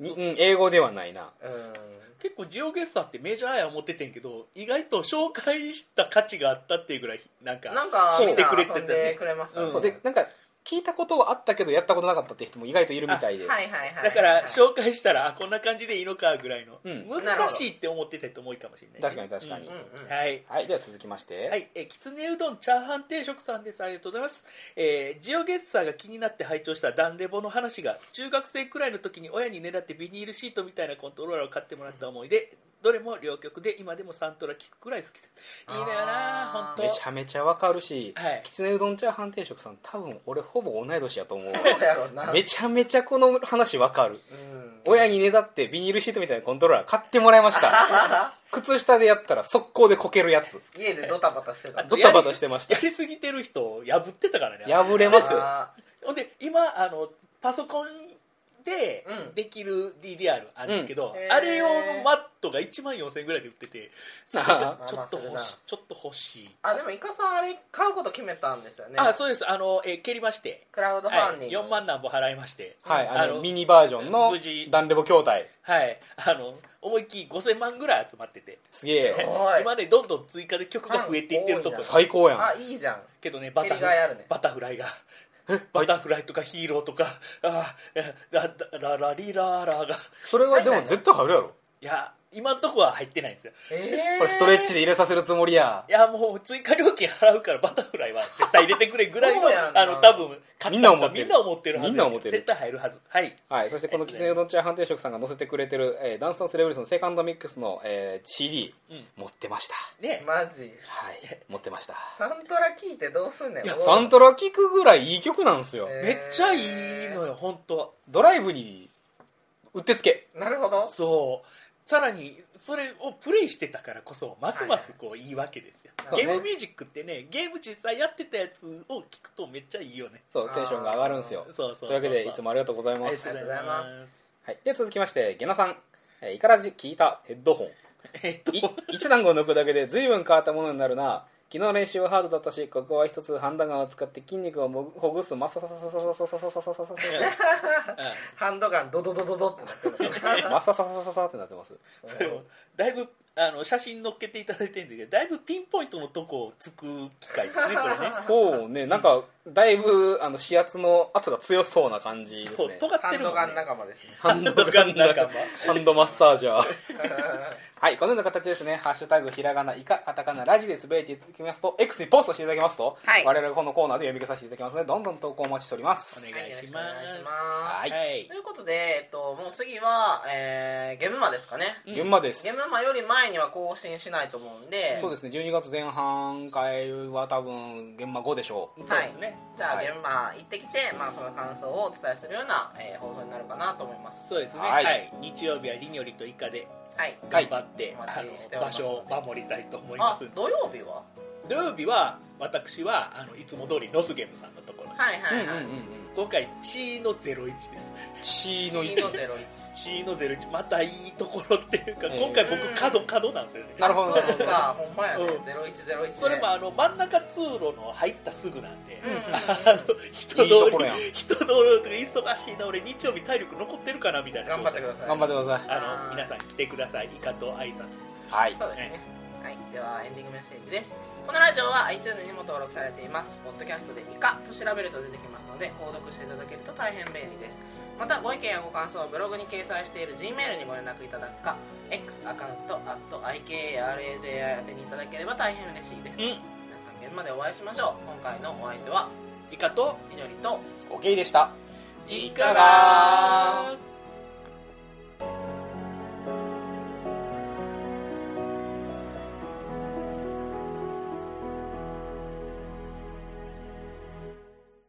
Speaker 3: にうん英語ではないな
Speaker 2: ううーん
Speaker 1: 結構ジオゲッサーってメジャーや思っててんけど意外と紹介した価値があったっていうぐらいなんか
Speaker 2: なんか
Speaker 1: 知ってくれてた
Speaker 2: みんな遊んでくれましたね、
Speaker 1: うん
Speaker 3: そうでなんか聞いたことはあったけどやったことなかったって人も意外といるみたいで、
Speaker 2: はいはいはい
Speaker 1: だから
Speaker 2: はい
Speaker 1: 紹介したらあこんな感じでいいのかぐらいの、
Speaker 3: うん
Speaker 1: 難しいって思ってた人も多いかもしれない
Speaker 3: 確かに確かに、
Speaker 2: うんうん
Speaker 1: はい
Speaker 3: はいでは続きまして、
Speaker 1: はい、えーきつねうどんチャーハン定食さんですありがとうございます、えージオゲッサーが気になって拝聴したダンレボの話が中学生くらいの時に親にねだってビニールシートみたいなコントローラーを買ってもらった思いでどれも両極で今でもサントラ聞くくらい好きですいいのよな
Speaker 2: あー
Speaker 1: 本当
Speaker 3: めちゃめちゃわかるし、
Speaker 1: はい
Speaker 3: きつねうどんチャーハン定食さん多分俺ほぼ同い年やと思う
Speaker 2: そうやろうな
Speaker 3: めちゃめちゃこの話わかる
Speaker 2: うん
Speaker 3: 親にねだってビニールシートみたいなコントローラー買ってもらいました靴下でやったら速攻でこけるやつ
Speaker 2: 家でドタバタしてた
Speaker 1: あ
Speaker 3: ドタバタしてました
Speaker 1: やりすぎてる人を破ってたからね
Speaker 3: 破れます
Speaker 2: あ
Speaker 1: ほんで今あのパソコンで
Speaker 2: うん
Speaker 1: できる DDR あるけど、
Speaker 2: うんへー
Speaker 1: あれ用のマットが1万4000円ぐらいで売っててそれがちょっと欲しいちょっと欲しい、
Speaker 2: ーあでもイカさんあれ買うこと決めたんですよね
Speaker 1: あそうですあの、えー蹴りまして、
Speaker 2: クラウドフ
Speaker 1: は
Speaker 2: ァンディ
Speaker 1: い、
Speaker 2: ング、
Speaker 1: 4万何本払いまして、
Speaker 3: はいあの
Speaker 1: あの
Speaker 3: ミニバージョンの
Speaker 1: 無事
Speaker 3: ダンレボ筐体
Speaker 1: はい、あの思いっきり5000万ぐらい集まってて
Speaker 3: すげえ
Speaker 2: おい
Speaker 1: 今ねどんどん追加で曲が増えていってると
Speaker 2: うん多い
Speaker 1: こ
Speaker 2: な
Speaker 3: 最高やん
Speaker 2: あいいじゃん
Speaker 1: けどねバタ
Speaker 2: 蹴り
Speaker 1: フ
Speaker 2: がい
Speaker 1: ラ
Speaker 2: あ
Speaker 1: イ
Speaker 2: るね
Speaker 1: バタフライがバタフライとかヒーローとかあーララララリラーラーが
Speaker 3: それはでも絶対入るやろ
Speaker 1: いや今んとこは入ってないんですよ
Speaker 2: え
Speaker 3: これストレッチで入れさせるつもりや
Speaker 1: いやもう追加料金払うからバタフライは絶対入れてくれぐら いの
Speaker 2: そうやんな
Speaker 1: あの多分買
Speaker 3: み
Speaker 1: った人は
Speaker 3: んな思ってる
Speaker 1: みんな思ってるはず
Speaker 3: みんな思ってる
Speaker 1: 絶対入るはずはい
Speaker 3: はい、そしてこのきつねうどんチャーハン定食さんが載せてくれてる、えーダンスのセレブレーションセカンドミックスの、えー CD、
Speaker 1: うん
Speaker 3: 持ってました
Speaker 1: ね
Speaker 2: マジ
Speaker 3: はい持ってました
Speaker 2: サントラ聞いてどうすんねん
Speaker 3: いやサントラ聴くぐらいいい曲なんですよ、
Speaker 2: え
Speaker 1: めっちゃいいのよ本当
Speaker 3: ドライブにうってつけ
Speaker 2: なるほど
Speaker 1: そうさらにそれをプレイしてたからこそますますこういいわけですよ、
Speaker 2: はい
Speaker 1: ゲームミュージックってねゲーム実際やってたやつを聞くとめっちゃいいよね
Speaker 3: そうテンションが上がるんですよ
Speaker 1: そうそうそう
Speaker 3: というわけでいつもありがとうござい
Speaker 1: ありが
Speaker 3: ま
Speaker 1: とう
Speaker 3: す
Speaker 1: ご
Speaker 2: あり
Speaker 1: ざ
Speaker 2: が
Speaker 1: い
Speaker 2: とうござい
Speaker 1: ま
Speaker 2: ます
Speaker 3: はい、で続きましてゲナさんえーイカラジ聞いたヘッドホン
Speaker 1: えっ と
Speaker 3: い一段を抜くだけで随分変わったものになるな昨日練習はハードだったしここは一つハンダガンを使って筋肉をもぐほぐすマササササササササササササ
Speaker 2: ハンドガンドドドドドってな ってる
Speaker 3: マササササササってなってます
Speaker 1: それもだいぶあの写真載っけていただいてるんだけどだいぶピンポイントのとこをつく機会ですねこれね
Speaker 3: そうねなんかだいぶあの指圧の圧が強 そうな感じです
Speaker 1: そう
Speaker 3: ね
Speaker 1: 尖っ
Speaker 2: ハ
Speaker 1: て
Speaker 2: ン
Speaker 1: る
Speaker 2: ド
Speaker 1: もん
Speaker 2: ガ
Speaker 1: ね
Speaker 2: ン仲間 ですね
Speaker 3: ハンド
Speaker 1: ガン仲間
Speaker 3: ハンドマッサージャーはいこのような形ですね「ハッシュタグひらがなイカカタカナラジ」でつぶやいていただきますと X にポストしていただきますと、
Speaker 2: はい
Speaker 3: 我々がこのコーナーで読み上げさせていただきますのでどんどん投稿お待ちしております
Speaker 1: お願いします
Speaker 2: はいよろくお願いしま
Speaker 3: はい
Speaker 1: はい
Speaker 2: すということで、えっと、もう次は、えー、ゲムマですかね、
Speaker 1: うん
Speaker 3: 現場です
Speaker 2: ゲムマより前には更新しないと思うんで
Speaker 3: そうですね12月前半回は多分現場5でしょう
Speaker 1: そうですね、
Speaker 2: じゃあ、
Speaker 3: はい
Speaker 2: 現場行ってきて、まあ、その感想をお伝えするような、えー放送になるかなと思います
Speaker 1: そうですね、は
Speaker 3: はいい
Speaker 1: 日曜日はリニョリとイカで
Speaker 2: はい
Speaker 1: 頑張って、
Speaker 2: はいお待ちして
Speaker 1: あ
Speaker 2: おり
Speaker 1: の場
Speaker 2: ます
Speaker 1: 所を守りたいと思いま
Speaker 2: あ
Speaker 1: す
Speaker 2: 土曜日は
Speaker 1: 土曜日は私はあのいつも通りロスゲームさんのところに、
Speaker 2: はいは
Speaker 3: うんう
Speaker 2: い
Speaker 3: んう
Speaker 2: は
Speaker 3: ん
Speaker 2: い、
Speaker 1: 今回「チーの01」です
Speaker 3: チーの
Speaker 2: 次
Speaker 3: 1
Speaker 2: のゼロ一。
Speaker 1: 「チーの01」またいいところっていうか
Speaker 3: えー
Speaker 1: 今回僕角角なんですよね
Speaker 3: なるほど
Speaker 2: あそうか、ほんまやね
Speaker 1: うん。
Speaker 2: ゼロ一ゼロ一。
Speaker 1: それもあの真ん中通路の入ったすぐなんで、
Speaker 2: うんうんうん
Speaker 1: あの人通
Speaker 3: いいところ
Speaker 1: り
Speaker 3: やん
Speaker 1: 人通りとか忙しいな俺日曜日体力残ってるかなみたいな
Speaker 2: 頑張ってください。
Speaker 3: 頑張ってください
Speaker 1: あの皆さん来てくださいイカと挨拶
Speaker 3: はい
Speaker 2: そうですね。はい、ではエンディングメッセージです。このラジオは iTunes にも登録されています。ポッドキャストでイカと調べると出てきますので、購読していただけると大変便利です。また、ご意見やご感想をブログに掲載している Gmail にご連絡いただくか、X アカウント、IKRAJI 宛てにいただければ大変嬉しいです。
Speaker 1: う
Speaker 2: 皆
Speaker 1: ん
Speaker 2: さん、現場でお会いしましょう。今回のお相手は、
Speaker 1: イカと
Speaker 2: みどりと、
Speaker 3: OK でした
Speaker 2: イカだ
Speaker 1: ー